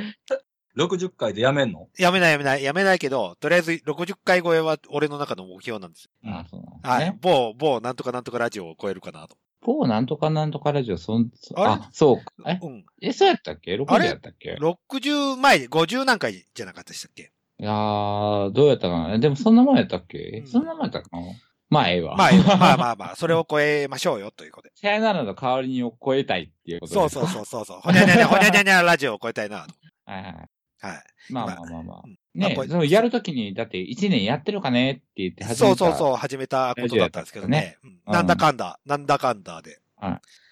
[SPEAKER 3] 60回でやめんの
[SPEAKER 1] やめないやめない、やめないけど、とりあえず60回超えは俺の中の目標なんですよ。
[SPEAKER 2] あそうなんです
[SPEAKER 1] は
[SPEAKER 2] ね
[SPEAKER 1] い。某、某なんとかなんとかラジオを超えるかなと。
[SPEAKER 2] こうなんとかなんとかラジオ、そん、そ
[SPEAKER 1] あれ
[SPEAKER 2] あ、そうか。え、
[SPEAKER 1] うん。
[SPEAKER 2] え、そうやったっけ ?60
[SPEAKER 1] あれ
[SPEAKER 2] やったっけ
[SPEAKER 1] 60前、50何回じゃなかったでしたっけ
[SPEAKER 2] いやー、どうやったかなえでもそんなもんやったっけ、え
[SPEAKER 1] うん
[SPEAKER 2] そんなもんやったかなまあ、ええわ。
[SPEAKER 1] まあ、まあまあまあ、それを超えましょうよ、ということで。
[SPEAKER 2] さよならの代わりに超えたいっていうこと
[SPEAKER 1] そうそうそうそうそう。ほにゃにゃにゃ、ほにゃにゃにゃラジオを超えたいなと。
[SPEAKER 2] う。はいはい。
[SPEAKER 1] はい。
[SPEAKER 2] まあまあまあまあ
[SPEAKER 1] うん。まあ
[SPEAKER 2] ね
[SPEAKER 1] これ
[SPEAKER 2] そのやるときに、だって1年やってるかねって言って始
[SPEAKER 1] そ
[SPEAKER 2] め
[SPEAKER 1] う
[SPEAKER 2] た
[SPEAKER 1] そうそう、始めたことだったんですけどね。うん
[SPEAKER 2] うん
[SPEAKER 1] なんだかんだ、なんだかんだで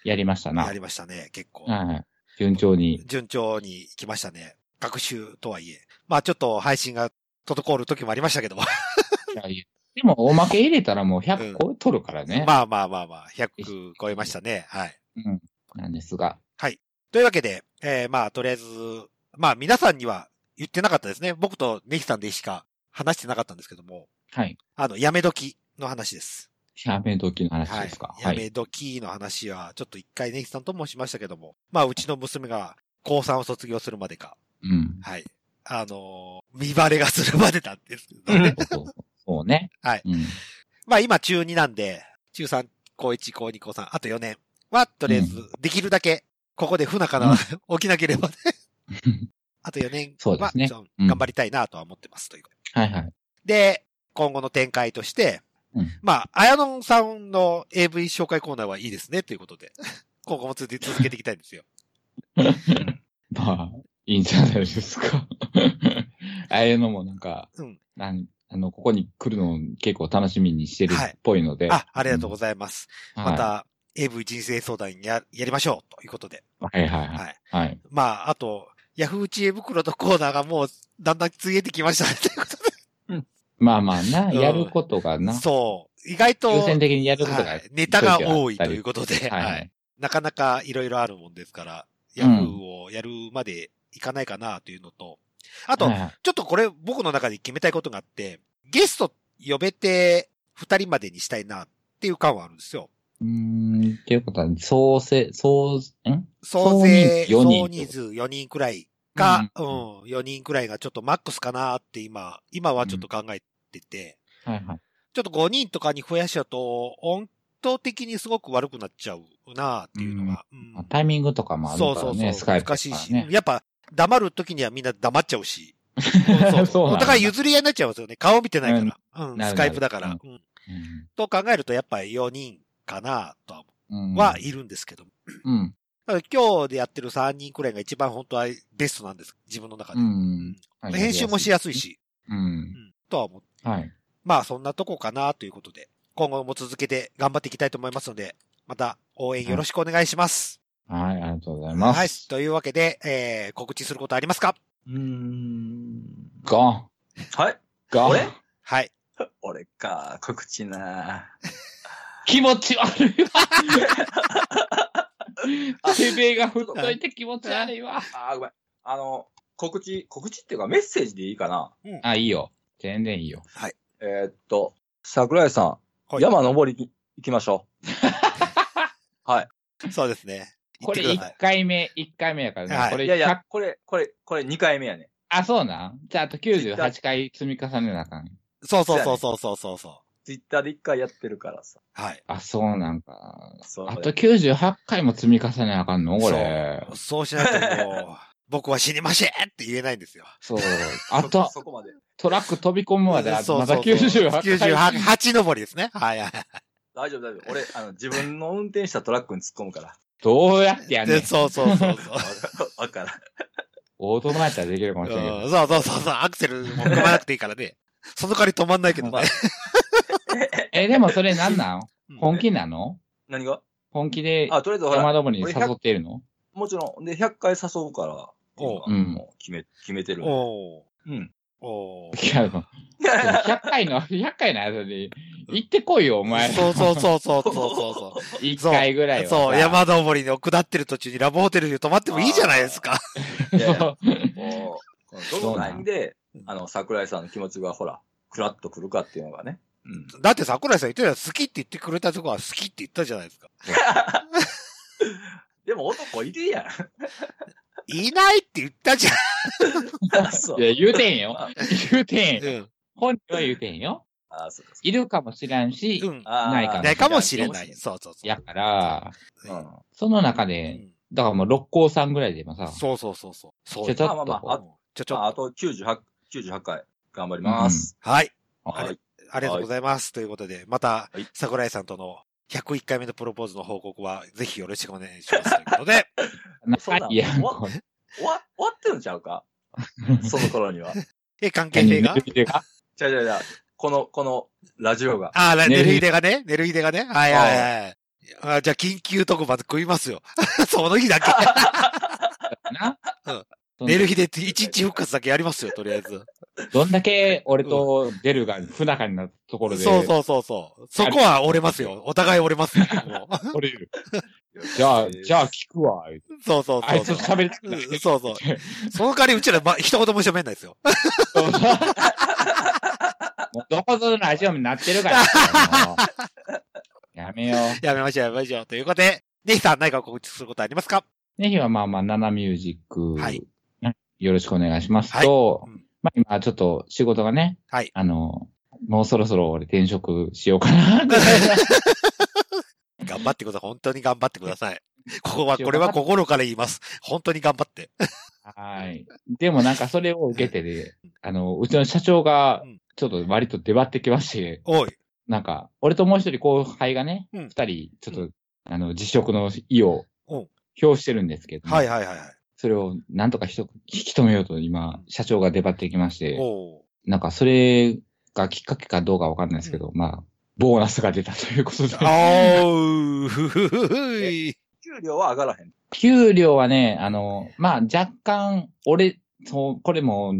[SPEAKER 2] やりましたな。
[SPEAKER 1] や
[SPEAKER 2] は
[SPEAKER 1] りましたね、結構。
[SPEAKER 2] いはい。順調に。
[SPEAKER 1] 順調に来ましたね。学習とはいえ。まあちょっと配信が滞る時もありましたけども。
[SPEAKER 2] でも、おまけ入れたらもう
[SPEAKER 1] うん
[SPEAKER 2] 100個取るから
[SPEAKER 1] (laughs)
[SPEAKER 2] ね。
[SPEAKER 1] まあまあまあまあ、100超えましたね。はい。
[SPEAKER 2] うん。なんですが。
[SPEAKER 1] というわけで、えー、まあとりあえず、まあ皆さんには言ってなかったですね。僕とネヒさんでしか話してなかったんですけども、
[SPEAKER 2] はい。
[SPEAKER 1] あの、やめ時の話です。
[SPEAKER 2] やめ時の話
[SPEAKER 1] は
[SPEAKER 2] で
[SPEAKER 1] い
[SPEAKER 2] すか。。は
[SPEAKER 1] や
[SPEAKER 2] い。
[SPEAKER 1] め時の話は、ちょっと一回ネヒさんともしましたけども、まあうちの娘が高3を卒業するまでか、
[SPEAKER 2] うん。
[SPEAKER 1] はい。あのー見バレがするまでなんですけ
[SPEAKER 2] (laughs)
[SPEAKER 1] どね。
[SPEAKER 2] そうそうそうね。
[SPEAKER 1] (laughs) はい
[SPEAKER 2] うん。
[SPEAKER 1] まあ今中2なんで、中3、高1、高2、高3、あと4年は、とりあえず、できるだけ、ここで不仲な、起きなけ
[SPEAKER 2] (laughs)
[SPEAKER 1] ればね。あと4年
[SPEAKER 2] そうで
[SPEAKER 1] は、
[SPEAKER 2] すね
[SPEAKER 1] ちょっと
[SPEAKER 2] うん
[SPEAKER 1] 頑張りたいなとは思ってます。ということ
[SPEAKER 2] はいはい。
[SPEAKER 1] でで、今後の展開として、
[SPEAKER 2] うん
[SPEAKER 1] まあ、あやのんさんの AV 紹介コーナーはいいですね、ということで、 (laughs) 今後も続け続けていきたいんですよ。
[SPEAKER 2] まあ、いいんじゃないです
[SPEAKER 1] (laughs)
[SPEAKER 2] か。ああいうのもなんか、
[SPEAKER 1] うん
[SPEAKER 2] なんあの、ここに来るのを結構楽しみにしてるっぽいので。
[SPEAKER 1] あ、ありがとうご
[SPEAKER 2] ざ
[SPEAKER 1] ざ
[SPEAKER 2] い
[SPEAKER 1] います。
[SPEAKER 2] ます
[SPEAKER 1] また、AV 人生相談や、やりましょう、ということで。
[SPEAKER 2] はいはいは。
[SPEAKER 1] はいい。
[SPEAKER 2] はい。
[SPEAKER 1] まあ、あと、ヤフー知恵袋のコーナーがもう、だんだんついえてきましたね、 (laughs) ということで
[SPEAKER 2] まあまあな、
[SPEAKER 1] うん
[SPEAKER 2] やることがな、
[SPEAKER 1] そう。意外と、
[SPEAKER 2] 優先的にやることが、
[SPEAKER 1] はいネタが多いということで、
[SPEAKER 2] はい
[SPEAKER 1] はいなかなかいろいろあるもんですから、
[SPEAKER 2] うん
[SPEAKER 1] ヤフーをやるまでいかないかなというのと、あと、
[SPEAKER 2] はいはい
[SPEAKER 1] ちょっとこれ僕の中で決めたいことがあって、ゲスト呼べて二人までにしたいなっていう感はあるんですよ。
[SPEAKER 2] うーん、っていうことは、総勢、総、ん
[SPEAKER 1] 総勢、
[SPEAKER 2] 総人
[SPEAKER 1] 総人数4人くらいか、うん、4人くらいがちょっとマックスかなって今、今はちょっと考えてて、
[SPEAKER 2] はいはい。
[SPEAKER 1] ちょっと5人とかに増やしちゃうと、音頭的にすごく悪くなっちゃうなっていうのが。うん
[SPEAKER 2] まあタイミングとかもあるから
[SPEAKER 1] そ
[SPEAKER 2] ね、
[SPEAKER 1] うそう
[SPEAKER 2] ス
[SPEAKER 1] そう、
[SPEAKER 2] カイプと
[SPEAKER 1] 難
[SPEAKER 2] か
[SPEAKER 1] しいし。
[SPEAKER 2] ね。
[SPEAKER 1] やっぱ、黙る時にはみんな黙っちゃう
[SPEAKER 2] (laughs)
[SPEAKER 1] し。
[SPEAKER 2] そうなんだ
[SPEAKER 1] お互い譲り合いになっちゃうんですよね。顔見てないから。うん、
[SPEAKER 2] なるなる
[SPEAKER 1] スカイプだから、うんと考えると、やっぱり4人かなとは
[SPEAKER 2] うん
[SPEAKER 1] は、いるんですけども。
[SPEAKER 2] うん。
[SPEAKER 1] だから今日でやってる3人くらいが一番本当はベストなんです。自分の中
[SPEAKER 2] う
[SPEAKER 1] で。
[SPEAKER 2] ん。はい
[SPEAKER 1] 編集もしやすい。し、
[SPEAKER 2] うん
[SPEAKER 1] う。ん、とは思って
[SPEAKER 2] はい。
[SPEAKER 1] まあそんなとこかなということで、今後も続けて頑張っていきたいと思いますので、また応援よろしくお願いします。
[SPEAKER 2] はい、ありがとうございます。
[SPEAKER 1] はい。というわけで、えー、告知することありますか
[SPEAKER 3] うーん。
[SPEAKER 2] ゴン、
[SPEAKER 3] はい。
[SPEAKER 2] ゴン
[SPEAKER 3] 俺。
[SPEAKER 1] はい。
[SPEAKER 3] 俺か、告知な
[SPEAKER 2] 気持ち悪いわ。てめえが振っといて気持ち悪いわ。
[SPEAKER 3] あーごめん。あの、告知、告知っていうかメッセージでいいかな
[SPEAKER 2] (laughs) あ、いいよ。全然いいよ。
[SPEAKER 3] えーっと、桜井さん、
[SPEAKER 1] はい
[SPEAKER 3] 山登りに行きましょ
[SPEAKER 1] そうですね。
[SPEAKER 2] これ
[SPEAKER 1] 言ってくださ
[SPEAKER 2] 1回目、1回目やからね。
[SPEAKER 1] はい
[SPEAKER 2] こ
[SPEAKER 3] う。
[SPEAKER 2] れ
[SPEAKER 3] いやい
[SPEAKER 2] 100
[SPEAKER 3] や、これ、これ、これ2回目やね。
[SPEAKER 2] あ、そうなんじゃあ、あと98回積み重ねなあかん。
[SPEAKER 1] い。そうそうそうそうそうそうそ
[SPEAKER 3] ツイッターで1回やってるからさ。
[SPEAKER 1] う。はい。
[SPEAKER 2] あ、そうなんか。
[SPEAKER 3] そう
[SPEAKER 2] あと98回も積み重ねなあかんのこれ。
[SPEAKER 1] そうしないともう、僕は死にましぇんって言えないんですよ。
[SPEAKER 2] そう。あと
[SPEAKER 3] そ、そこまで。
[SPEAKER 2] トラック飛び込むまで、あと
[SPEAKER 1] そう
[SPEAKER 2] ま
[SPEAKER 1] そう
[SPEAKER 2] だ
[SPEAKER 1] そう
[SPEAKER 2] 98回。
[SPEAKER 1] 98 8登りですね。はいはい。
[SPEAKER 3] 大丈夫、大丈夫。俺、あの、自分の運転したトラックに突っ込むから。 (laughs)
[SPEAKER 2] どうやってやんねん
[SPEAKER 1] で。そうそうそう
[SPEAKER 2] (laughs)
[SPEAKER 1] そう。
[SPEAKER 3] わからん。
[SPEAKER 2] オートマやったらできるか
[SPEAKER 1] う
[SPEAKER 2] も
[SPEAKER 1] ん
[SPEAKER 2] しれないけど。
[SPEAKER 1] そうそうそうそう。アクセルも踏まなくていいから
[SPEAKER 2] (laughs)
[SPEAKER 1] ね。その代わり止まんないけどね。
[SPEAKER 2] え、でもそれなんなん
[SPEAKER 1] うん
[SPEAKER 2] 本気なの
[SPEAKER 3] 何が
[SPEAKER 2] 本気で
[SPEAKER 3] あ、とりあえずほ
[SPEAKER 2] 山
[SPEAKER 3] ら、
[SPEAKER 2] 登りに誘っているの
[SPEAKER 3] もちろん、で、100回誘うから、
[SPEAKER 1] おう
[SPEAKER 3] (laughs) 今もう決め、決めてる。
[SPEAKER 1] おー
[SPEAKER 3] うん。
[SPEAKER 1] おー
[SPEAKER 2] いや、もう100回の、100回 (laughs) の間に、行ってこいよ、お前。
[SPEAKER 1] そうそうそうそうそうそう
[SPEAKER 2] (laughs)
[SPEAKER 1] そう。
[SPEAKER 2] 1回ぐらいはさ。
[SPEAKER 1] そう、山登りの下ってる途中にラブホテルに泊まってもいいじゃないです
[SPEAKER 2] (laughs)
[SPEAKER 1] か。
[SPEAKER 3] いやいや
[SPEAKER 2] そう
[SPEAKER 3] もう、このどのタイミングで、あの、桜井さんの気持ちがほら、クラッとくるかっていうのがね。うん。
[SPEAKER 1] だって桜井さん言ってたよ好きって言ってくれたとこは好きって言ったじゃないですか。
[SPEAKER 3] でも男いるやん。
[SPEAKER 1] いないって言ったじゃ
[SPEAKER 2] (laughs)
[SPEAKER 3] あそう
[SPEAKER 2] い。や、言うてんよ。言うてん
[SPEAKER 1] ん。
[SPEAKER 2] よ。
[SPEAKER 1] うん。
[SPEAKER 2] 本人は言うてんよ。
[SPEAKER 3] あそうです
[SPEAKER 2] いるかもしらんし、
[SPEAKER 1] うん。
[SPEAKER 3] あー
[SPEAKER 2] ないか
[SPEAKER 1] ないかもしれない。
[SPEAKER 3] う
[SPEAKER 1] そうそうそう。
[SPEAKER 2] やから、
[SPEAKER 3] ん
[SPEAKER 2] その中
[SPEAKER 1] う
[SPEAKER 2] で、
[SPEAKER 1] ん
[SPEAKER 2] だからもう六甲山ぐらいでもさ、
[SPEAKER 1] そうそうそうそう。そう
[SPEAKER 2] ちょ
[SPEAKER 1] よ
[SPEAKER 2] ちょっと、
[SPEAKER 3] まあまあまあ
[SPEAKER 1] ちょち
[SPEAKER 3] まあ、
[SPEAKER 1] ょ
[SPEAKER 3] あと98、98回、頑張ります。
[SPEAKER 1] はい。
[SPEAKER 3] はい。
[SPEAKER 1] ありがとうございます。ということで、また
[SPEAKER 3] はい、
[SPEAKER 1] 桜井さんとの101回目のプロポーズの報告は、ぜひよろしくお願いします。ということで、
[SPEAKER 2] な
[SPEAKER 3] そんなん
[SPEAKER 2] いや、
[SPEAKER 3] 終わ
[SPEAKER 2] これ
[SPEAKER 3] 終わ、終わってるんちゃうかその頃に
[SPEAKER 2] (laughs)
[SPEAKER 3] は。
[SPEAKER 1] え、関係性が
[SPEAKER 2] 何言うてか
[SPEAKER 3] じゃじゃじゃこの、この、ラジオが。
[SPEAKER 1] ああ、寝
[SPEAKER 2] 寝
[SPEAKER 1] る
[SPEAKER 2] る
[SPEAKER 1] 日でがね、寝る日でがね。はいはいはい。あーじゃあ、緊急特番食いますよ。 (laughs) その日だけ。
[SPEAKER 2] な
[SPEAKER 1] うん
[SPEAKER 2] そん
[SPEAKER 1] 寝る日で一日復活だけやりますよ、とりあえず。
[SPEAKER 2] どんだけ俺とデルが不仲になったところで、
[SPEAKER 1] そうそうそうそう。そこは折れますよ。お互い折れ
[SPEAKER 2] (laughs)
[SPEAKER 1] ますよ。もう (laughs)
[SPEAKER 2] 取れる。じゃあ、じゃあ聞くわ。言うて
[SPEAKER 1] そうそう
[SPEAKER 2] あいつ
[SPEAKER 1] そう
[SPEAKER 2] と
[SPEAKER 1] そう。
[SPEAKER 2] 喋りたく
[SPEAKER 1] う
[SPEAKER 2] なんい。
[SPEAKER 1] そうそう。その代わり、うちら、ま、一言も喋んないですよ。
[SPEAKER 2] もうどこぞのラジオになってる
[SPEAKER 1] (laughs)
[SPEAKER 2] から。もうやめよう。
[SPEAKER 1] やめましょう、やめましょう。ということで、ネヒさん、何か告知することありますか
[SPEAKER 2] ねひはまあまあ、ナナミュージック。
[SPEAKER 1] はい
[SPEAKER 2] よろしくお願いしますと、
[SPEAKER 1] はいうん
[SPEAKER 2] まあ今ちょっと仕事がね、
[SPEAKER 1] はい
[SPEAKER 2] あの、もうそろそろ俺転職しようか
[SPEAKER 1] (laughs)
[SPEAKER 2] なって。
[SPEAKER 1] 頑張ってください。本当に頑張ってくだ (laughs) さい。ここは、これは心から言います。本当に頑張って。
[SPEAKER 2] はい。でもなんかそれを受けてで、あの、うちの社長が
[SPEAKER 1] うん、
[SPEAKER 2] ちょっと割と出張ってきまして、
[SPEAKER 1] おい。
[SPEAKER 2] なんか、俺ともう一人後輩がね、
[SPEAKER 1] う
[SPEAKER 2] 二、
[SPEAKER 1] ん
[SPEAKER 2] 人、ちょっと、あの、辞職の意を
[SPEAKER 1] うん
[SPEAKER 2] 表してるんですけど、
[SPEAKER 1] はいはいはいはい。
[SPEAKER 2] それをなんとかひと引き止めようと今、社長が出張ってきまして、
[SPEAKER 1] おう
[SPEAKER 2] なんかそれがきっかけかどうかわかんないですけど、まあ、ボーナスが出たということで、
[SPEAKER 1] あおう、ふふふふい。
[SPEAKER 3] 給料は上がらへん。
[SPEAKER 2] 給料はね、あの、まあ若干、俺、そう、これも、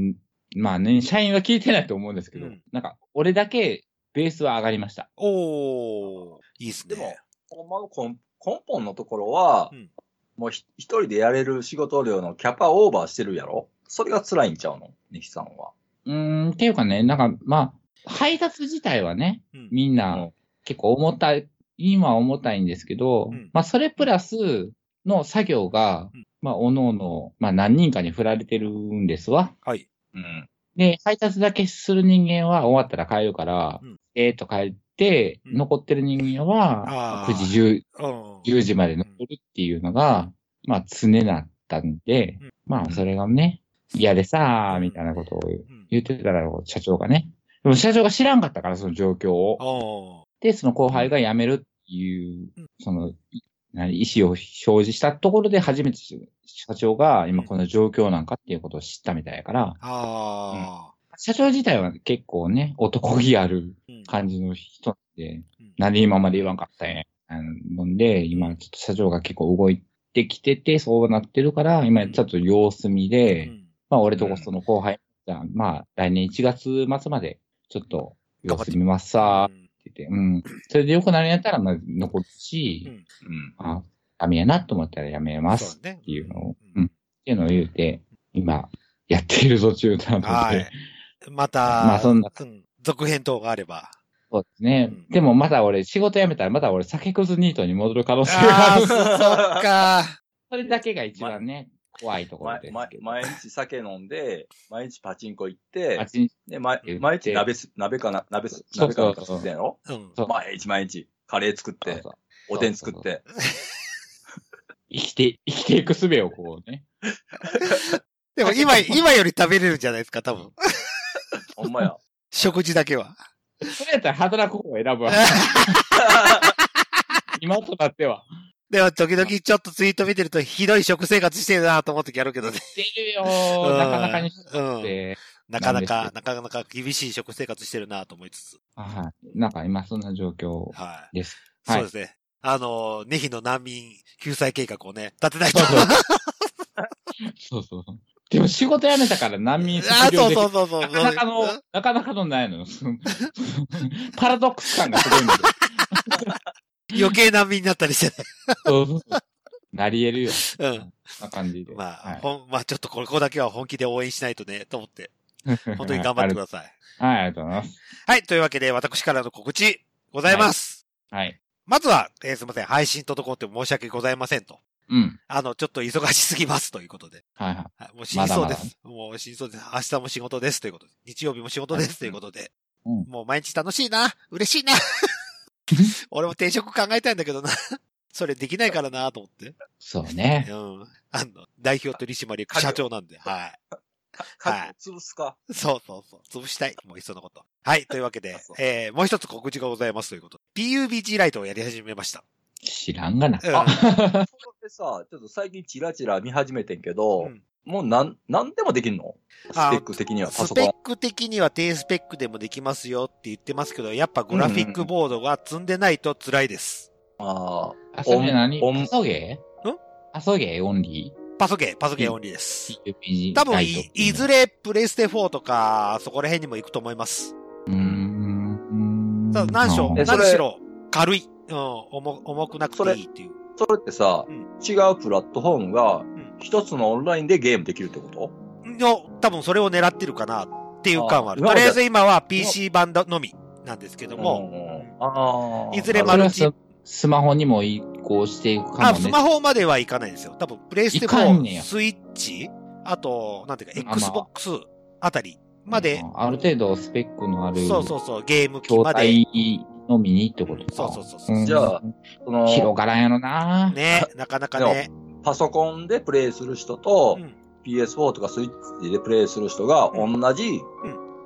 [SPEAKER 2] まあね、社員は聞いてないと思うんですけど、
[SPEAKER 1] うん
[SPEAKER 2] なんか、俺だけ、ベースは上がりました。
[SPEAKER 1] おー、いいっすね。
[SPEAKER 3] でも、ほんまの根根本のところは、
[SPEAKER 1] うん
[SPEAKER 3] もうひ一人でやれる仕事量のキャパオーバーしてるやろそれが辛いんちゃうのネヒさんは。
[SPEAKER 2] うーん、っていうかね、なんか、まあ、配達自体はね、
[SPEAKER 1] うん、
[SPEAKER 2] みん
[SPEAKER 3] う
[SPEAKER 2] な結構重たい、今は重たいんですけど、
[SPEAKER 1] うん
[SPEAKER 2] まあそれプラスの作業が、
[SPEAKER 1] うん
[SPEAKER 2] まあ各々、まあ何人かに振られてるんですわ。
[SPEAKER 1] はい。
[SPEAKER 3] うん。
[SPEAKER 2] で、配達だけする人間は終わったら帰るから、
[SPEAKER 1] うん
[SPEAKER 2] ええと帰って、
[SPEAKER 1] うん
[SPEAKER 2] 残ってる人間は
[SPEAKER 1] あー
[SPEAKER 2] 9時10、
[SPEAKER 1] うん。
[SPEAKER 2] 10時まで残るっていうのが、まあ常だったんで、
[SPEAKER 1] うん
[SPEAKER 2] まあそれがね、嫌でさー、みたいなことを
[SPEAKER 1] うん
[SPEAKER 2] 言ってたら、社長がね。でも社長が知らんかったから、その状況を。
[SPEAKER 1] おー
[SPEAKER 2] で、その後輩が辞めるっていう
[SPEAKER 1] うん、
[SPEAKER 2] その、い何、意思を表示したところで初めて社長が今この状況なんかっていうことを知ったみたいやから、
[SPEAKER 1] あ
[SPEAKER 2] 社長自体は結構ね、男気ある
[SPEAKER 1] ー。うん
[SPEAKER 2] 感じの人なんで、
[SPEAKER 1] うん
[SPEAKER 2] なんで今まで言わんかったんや、あのんで、今ちょっと社長が結構動いてきてて、そうなってるから、今ちょっと様子見
[SPEAKER 1] う
[SPEAKER 2] で、
[SPEAKER 1] ん
[SPEAKER 2] まあ、俺とその後輩が、まあ、来年1月末まで、ちょっと、様子見ますさーって言って、うん。それで良くなるんやったら、まあ、残るし、
[SPEAKER 3] うん。
[SPEAKER 2] あ、ダメやなと思ったらやめま
[SPEAKER 1] そう
[SPEAKER 2] す
[SPEAKER 1] だね
[SPEAKER 2] っていうのを、
[SPEAKER 1] う
[SPEAKER 2] うんん。っていうのを言うて、今、やっている途中なので、
[SPEAKER 1] はい。また、
[SPEAKER 2] まあそんな
[SPEAKER 1] うん続編等があれば。
[SPEAKER 2] そうですね。
[SPEAKER 1] うん
[SPEAKER 2] でも、また俺、仕事辞めたら、また俺、酒くずニートに戻る可能性が
[SPEAKER 1] あ
[SPEAKER 2] あ
[SPEAKER 1] あ
[SPEAKER 2] る
[SPEAKER 1] ー、。そっか。
[SPEAKER 2] それだけが一番ね、怖いところ
[SPEAKER 3] ま
[SPEAKER 2] です
[SPEAKER 3] ま
[SPEAKER 2] けど。
[SPEAKER 3] 毎日酒飲んで、毎日パチンコ行って
[SPEAKER 2] あっ、ちに、
[SPEAKER 3] で毎
[SPEAKER 2] 言って
[SPEAKER 3] 毎日鍋す、鍋かな、鍋す、
[SPEAKER 2] そう
[SPEAKER 3] 鍋かな
[SPEAKER 2] そうん
[SPEAKER 3] か作ってんやろ
[SPEAKER 1] うん。
[SPEAKER 2] そう
[SPEAKER 3] 毎日毎日、カレー作っ
[SPEAKER 2] そう
[SPEAKER 3] て、
[SPEAKER 2] そう
[SPEAKER 3] おでん作って。
[SPEAKER 2] 生きて、生きていく術をこうね。
[SPEAKER 1] でも今、今より食べれるんじゃないですか、多分。
[SPEAKER 3] ほんまや。
[SPEAKER 1] 食事だけは。
[SPEAKER 2] それやったら働く方を選
[SPEAKER 1] (laughs)
[SPEAKER 2] ぶわ。今となっては。
[SPEAKER 1] でも、時々ちょっとツイート見てると、ひどい食生活してるなと思う時あるけど
[SPEAKER 2] (laughs)
[SPEAKER 1] ね。
[SPEAKER 2] 出るよ
[SPEAKER 1] うん
[SPEAKER 2] ー。なかなかにし
[SPEAKER 1] うん
[SPEAKER 2] て。
[SPEAKER 1] なかなか
[SPEAKER 2] なん、
[SPEAKER 1] なかなか厳しい食生活してるなと思いつつ。
[SPEAKER 2] はい。なんか今そんな状況
[SPEAKER 1] はい。 (laughs)
[SPEAKER 2] です。
[SPEAKER 1] そ
[SPEAKER 2] は
[SPEAKER 1] う
[SPEAKER 2] い
[SPEAKER 1] ですね。あの、ネヒの難民救済計画をね、立てないと。
[SPEAKER 2] そうそうそう。でも仕事辞めたから難民
[SPEAKER 1] あ、
[SPEAKER 2] 卒業
[SPEAKER 1] そう
[SPEAKER 2] でき
[SPEAKER 1] そうそうそう。
[SPEAKER 2] なかなかの、なかなかのないのよ。 (laughs) そのパラドックス感がすごいんだよ。
[SPEAKER 1] 余計難民になったりして
[SPEAKER 2] そうそうそうなり得るよ。
[SPEAKER 1] ね。うん。
[SPEAKER 2] そんな感じで。
[SPEAKER 1] まあ、
[SPEAKER 2] はい
[SPEAKER 1] ほん、まあちょっとこれここだけは本気で応援しないとね、と思って、本当に頑張ってください。
[SPEAKER 2] はい、はいありがとうございます。
[SPEAKER 1] はい、というわけで私からの告知、ございます。
[SPEAKER 2] はい。
[SPEAKER 1] まずは、えーすいません、配信滞って申し訳ございませんと。
[SPEAKER 2] うん。
[SPEAKER 1] あの、ちょっと忙しすぎますということで。
[SPEAKER 2] はいはい。
[SPEAKER 1] はいもう死にそうです。
[SPEAKER 2] ま
[SPEAKER 1] もう死にそうです。明日も仕事ですということで。日曜日も仕事ですということで。
[SPEAKER 2] うん
[SPEAKER 1] もう毎日楽しいな。嬉しいな。俺も転職考えたいんだけどな。それできないからなと思って。
[SPEAKER 2] そうね。
[SPEAKER 1] うん。あの、代表取締役社長なんで。は
[SPEAKER 3] 家事を潰すか。
[SPEAKER 1] い。そうそうそう。潰したい。もういっそのこと。はい。というわけで
[SPEAKER 3] あそう、
[SPEAKER 1] えー、もう一つ告知がございますということで。PUBG ライトをやり始めました。
[SPEAKER 2] 知らんがな。
[SPEAKER 1] うん
[SPEAKER 3] あそれでさ、ちょっと最近チラチラ見始めてんけど、
[SPEAKER 1] うん
[SPEAKER 3] もうなん、なんでもできんのスペ
[SPEAKER 1] あ
[SPEAKER 3] ック的にはパ
[SPEAKER 1] ス
[SPEAKER 3] ソ
[SPEAKER 1] ペ
[SPEAKER 3] コ
[SPEAKER 1] ッ
[SPEAKER 3] ン。
[SPEAKER 1] ク的には低スペックでもできますよって言ってますけど、やっぱグラフィックボードが積んでないと辛いです。
[SPEAKER 3] あ
[SPEAKER 2] あ、それ何
[SPEAKER 3] オンオン
[SPEAKER 2] パソゲー
[SPEAKER 1] ん
[SPEAKER 2] パソゲーオンリ
[SPEAKER 1] パソゲー、パソゲーオンリーです。
[SPEAKER 2] ー ?RPG
[SPEAKER 1] 多分い、いず
[SPEAKER 2] れ。
[SPEAKER 1] れプレステ4とか、そこら辺にも行くと思います。
[SPEAKER 2] うーん。
[SPEAKER 1] ただ、何しろ、
[SPEAKER 3] えそれ
[SPEAKER 1] 何しろ、軽い。うん、重重くなくていいっていう。
[SPEAKER 3] それってさ、
[SPEAKER 1] うん
[SPEAKER 3] 違うプラットフォームが
[SPEAKER 1] ん
[SPEAKER 3] 一つのオンラインでゲームできるってこと
[SPEAKER 1] の、多分それを狙ってるかなっていう感はある。
[SPEAKER 3] あ
[SPEAKER 1] とりあえず今は PC 版だのみなんですけども、
[SPEAKER 3] うんああ。
[SPEAKER 1] いずれ
[SPEAKER 2] まあ
[SPEAKER 1] マ
[SPEAKER 2] そ
[SPEAKER 1] ル
[SPEAKER 2] れは
[SPEAKER 1] チ
[SPEAKER 2] ス、スマホにも移行していくか
[SPEAKER 1] あ、
[SPEAKER 2] も
[SPEAKER 1] ス
[SPEAKER 2] ね。
[SPEAKER 1] マホまではいかないですよ。多分、プレイステ
[SPEAKER 2] いかんね
[SPEAKER 1] 4、
[SPEAKER 2] や
[SPEAKER 1] スイッチ、あと、なんていうか、
[SPEAKER 2] あまあ
[SPEAKER 1] Xbox あたりまで、
[SPEAKER 2] うんある程度スペックのある。
[SPEAKER 1] そうそうそう、ゲーム機ま
[SPEAKER 2] 筐
[SPEAKER 1] で、
[SPEAKER 2] 体のみにってことか。
[SPEAKER 1] そうそうそうそう
[SPEAKER 3] じゃあ、その、
[SPEAKER 2] 広がらんやろな。
[SPEAKER 1] ね、なかなかね、
[SPEAKER 3] パソコンでプレイする人と、
[SPEAKER 1] うん
[SPEAKER 3] PS4 とかスイッチでプレイする人が同じ、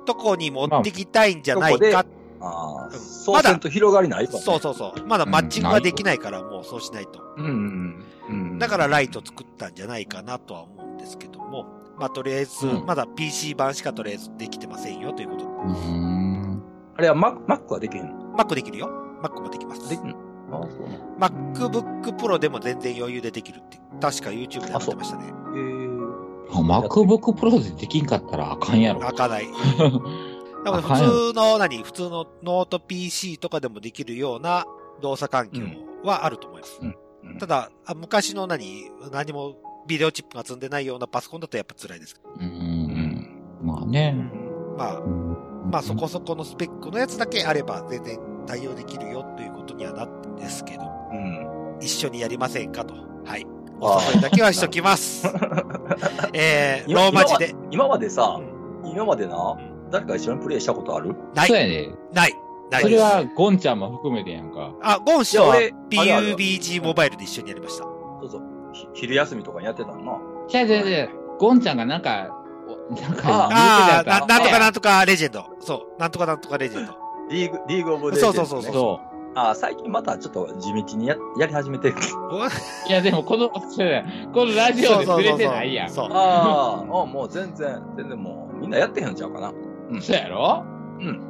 [SPEAKER 1] とこに持ってきたいんじゃない
[SPEAKER 3] ま
[SPEAKER 1] か
[SPEAKER 3] あ。あ
[SPEAKER 1] うん
[SPEAKER 3] あ、そうせんと広がりないかもね
[SPEAKER 1] そうそうそう。まだマッチングができないから、もうそうしないと。
[SPEAKER 2] うん。うん
[SPEAKER 1] だからライト作ったんじゃないかなとは思うんですけども、まあとりあえず、
[SPEAKER 2] うん
[SPEAKER 1] まだ PC 版しかとりあえずできてませんよということ。
[SPEAKER 2] うーん。
[SPEAKER 3] あれは Mac, Mac はできへんの
[SPEAKER 1] Mac できるよ。Mac もできます。
[SPEAKER 3] できんのああ、そうなの
[SPEAKER 1] MacBook Pro でも全然余裕でできるって、確か YouTube でやってましたね。
[SPEAKER 3] え
[SPEAKER 2] あ MacBook Pro でできんかったらあかんやろ。
[SPEAKER 1] 開か
[SPEAKER 2] (laughs)
[SPEAKER 1] ない。だから
[SPEAKER 2] あかんやろ
[SPEAKER 1] 普通の何、普通のノート PC とかでもできるような動作環境はあると思います。
[SPEAKER 2] うん
[SPEAKER 3] うん
[SPEAKER 1] ただ、あ昔の何、何もビデオチップが積んでないようなパソコンだとやっぱ辛いです。
[SPEAKER 2] うん。まあね。
[SPEAKER 1] まあ、
[SPEAKER 2] うん
[SPEAKER 1] まあそこそこのスペックのやつだけあれば全然対応できるよということにはなったんですけど、
[SPEAKER 3] えうん。
[SPEAKER 1] 一緒にやりませんかと。はい。
[SPEAKER 3] あ
[SPEAKER 1] お
[SPEAKER 3] ー
[SPEAKER 1] 誘いだけはしとき
[SPEAKER 2] (laughs)
[SPEAKER 1] ます。えー、ローマ字で。
[SPEAKER 3] 今までさ
[SPEAKER 1] う、
[SPEAKER 3] 今までな
[SPEAKER 1] う、
[SPEAKER 3] 誰か一緒にプレイしたことある
[SPEAKER 1] ない
[SPEAKER 2] そう。やで。
[SPEAKER 1] ない。ない
[SPEAKER 2] そ
[SPEAKER 1] で
[SPEAKER 2] れ
[SPEAKER 1] す。
[SPEAKER 2] は、ゴンちゃんも含めてやんか。
[SPEAKER 1] あ、ゴン氏とはい
[SPEAKER 3] や俺あれあれ
[SPEAKER 1] PUBG モバイルで一緒にやりました。
[SPEAKER 3] そうそう。ひ昼休みとかにやってたのな。
[SPEAKER 2] 違う違う違う。ゴンちゃんがなんか、おなん
[SPEAKER 1] ああ、な
[SPEAKER 2] か言うてたやんか。
[SPEAKER 1] なんとかなん
[SPEAKER 2] と
[SPEAKER 1] とかレジェンド。そう。なんとかなんとかレジェンド。
[SPEAKER 3] リーグ、リーグオブレジェ
[SPEAKER 1] そう
[SPEAKER 3] ンド
[SPEAKER 1] そう
[SPEAKER 3] ね
[SPEAKER 1] そうそう。
[SPEAKER 2] そ
[SPEAKER 3] ああ、最近またちょっと地道にややり始めて
[SPEAKER 1] (laughs)
[SPEAKER 3] る。
[SPEAKER 2] う。いやでも、この、そうやこのラジオで触れてないやん。
[SPEAKER 1] そうそうそうそう。
[SPEAKER 3] ああ、もう全然、全然もうみんなやってへんちゃうかな。
[SPEAKER 2] そうやろ
[SPEAKER 3] うん。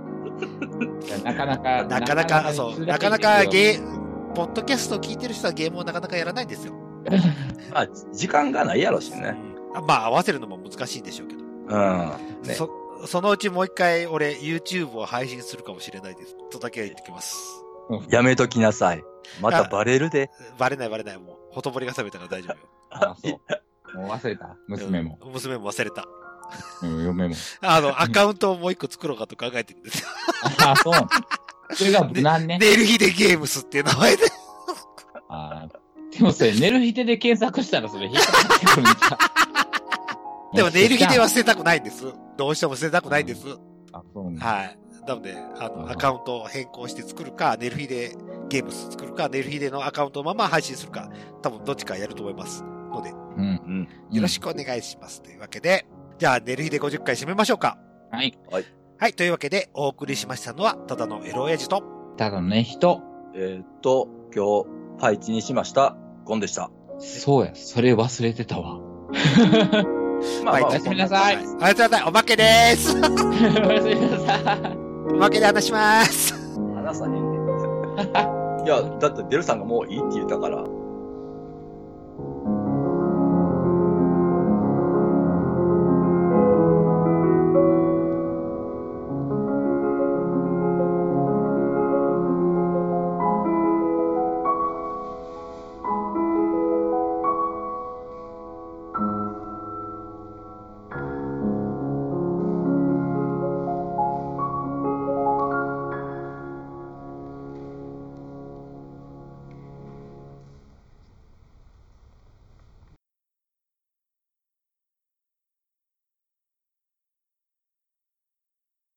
[SPEAKER 2] いやなかなか、
[SPEAKER 1] なかなか、そう。なかなかゲー、ポッドキャストを聞いてる人はゲームをなかなかやらないんですよ。
[SPEAKER 3] まあ、じ時間がないやろし
[SPEAKER 1] う
[SPEAKER 3] ね。
[SPEAKER 1] んあまあ、合わせるのも難しいんでしょうけど。
[SPEAKER 3] うん。ね
[SPEAKER 1] そ、そのうちもう一回俺 YouTube を配信するかもしれないです。とだけは言ってきます。
[SPEAKER 3] やめときなさい。またバレるで。
[SPEAKER 1] バレないバレない。もう、ほとぼりが冷めたから大丈夫よ。
[SPEAKER 2] あそう。もう忘れた。娘も。
[SPEAKER 1] うん。娘も忘れた。
[SPEAKER 2] うん、嫁も。
[SPEAKER 1] あ
[SPEAKER 2] (laughs)
[SPEAKER 1] の、アカウントをもう一個作ろうかと考えてるんですよ。
[SPEAKER 2] あ、そう。それが無難ね。
[SPEAKER 1] ネルヒデゲームスっていう名前で。
[SPEAKER 2] あーでもそれ、寝る日手で検索したらそれ引っかかってくるんちゃう
[SPEAKER 1] でもネルヒデは捨てたくないんです。どうしても捨てたくないんです。
[SPEAKER 2] あ、そうなんだ
[SPEAKER 1] はい。なので、あ
[SPEAKER 2] う
[SPEAKER 1] の、
[SPEAKER 2] ん
[SPEAKER 1] アカウントを変更して作るか、ネルヒデゲームス作るか、ネルヒデのアカウントのまま配信するか、多分どっちかやると思います。ので、
[SPEAKER 2] うん。
[SPEAKER 3] うん。
[SPEAKER 1] よろしくお願いします。というわけで、じゃあ、寝る日で50回締めましょうか。
[SPEAKER 2] はい。
[SPEAKER 1] はい、というわけで、お送りしましたのは、ただのエロ親父と、
[SPEAKER 2] ただね、人。
[SPEAKER 3] えーっと、今日、パイチにしました。ゴンでした。
[SPEAKER 2] そうや、それ忘れてた
[SPEAKER 1] (laughs)
[SPEAKER 2] わ。
[SPEAKER 3] まあ
[SPEAKER 1] はい
[SPEAKER 3] まあ
[SPEAKER 2] おやすみなさい。
[SPEAKER 1] おやすみなさい。おまけでーす。
[SPEAKER 2] おやすみなさい。
[SPEAKER 1] おまけで話します。
[SPEAKER 3] 話さへんねんいや、だってデルさんがもういいって言ったから、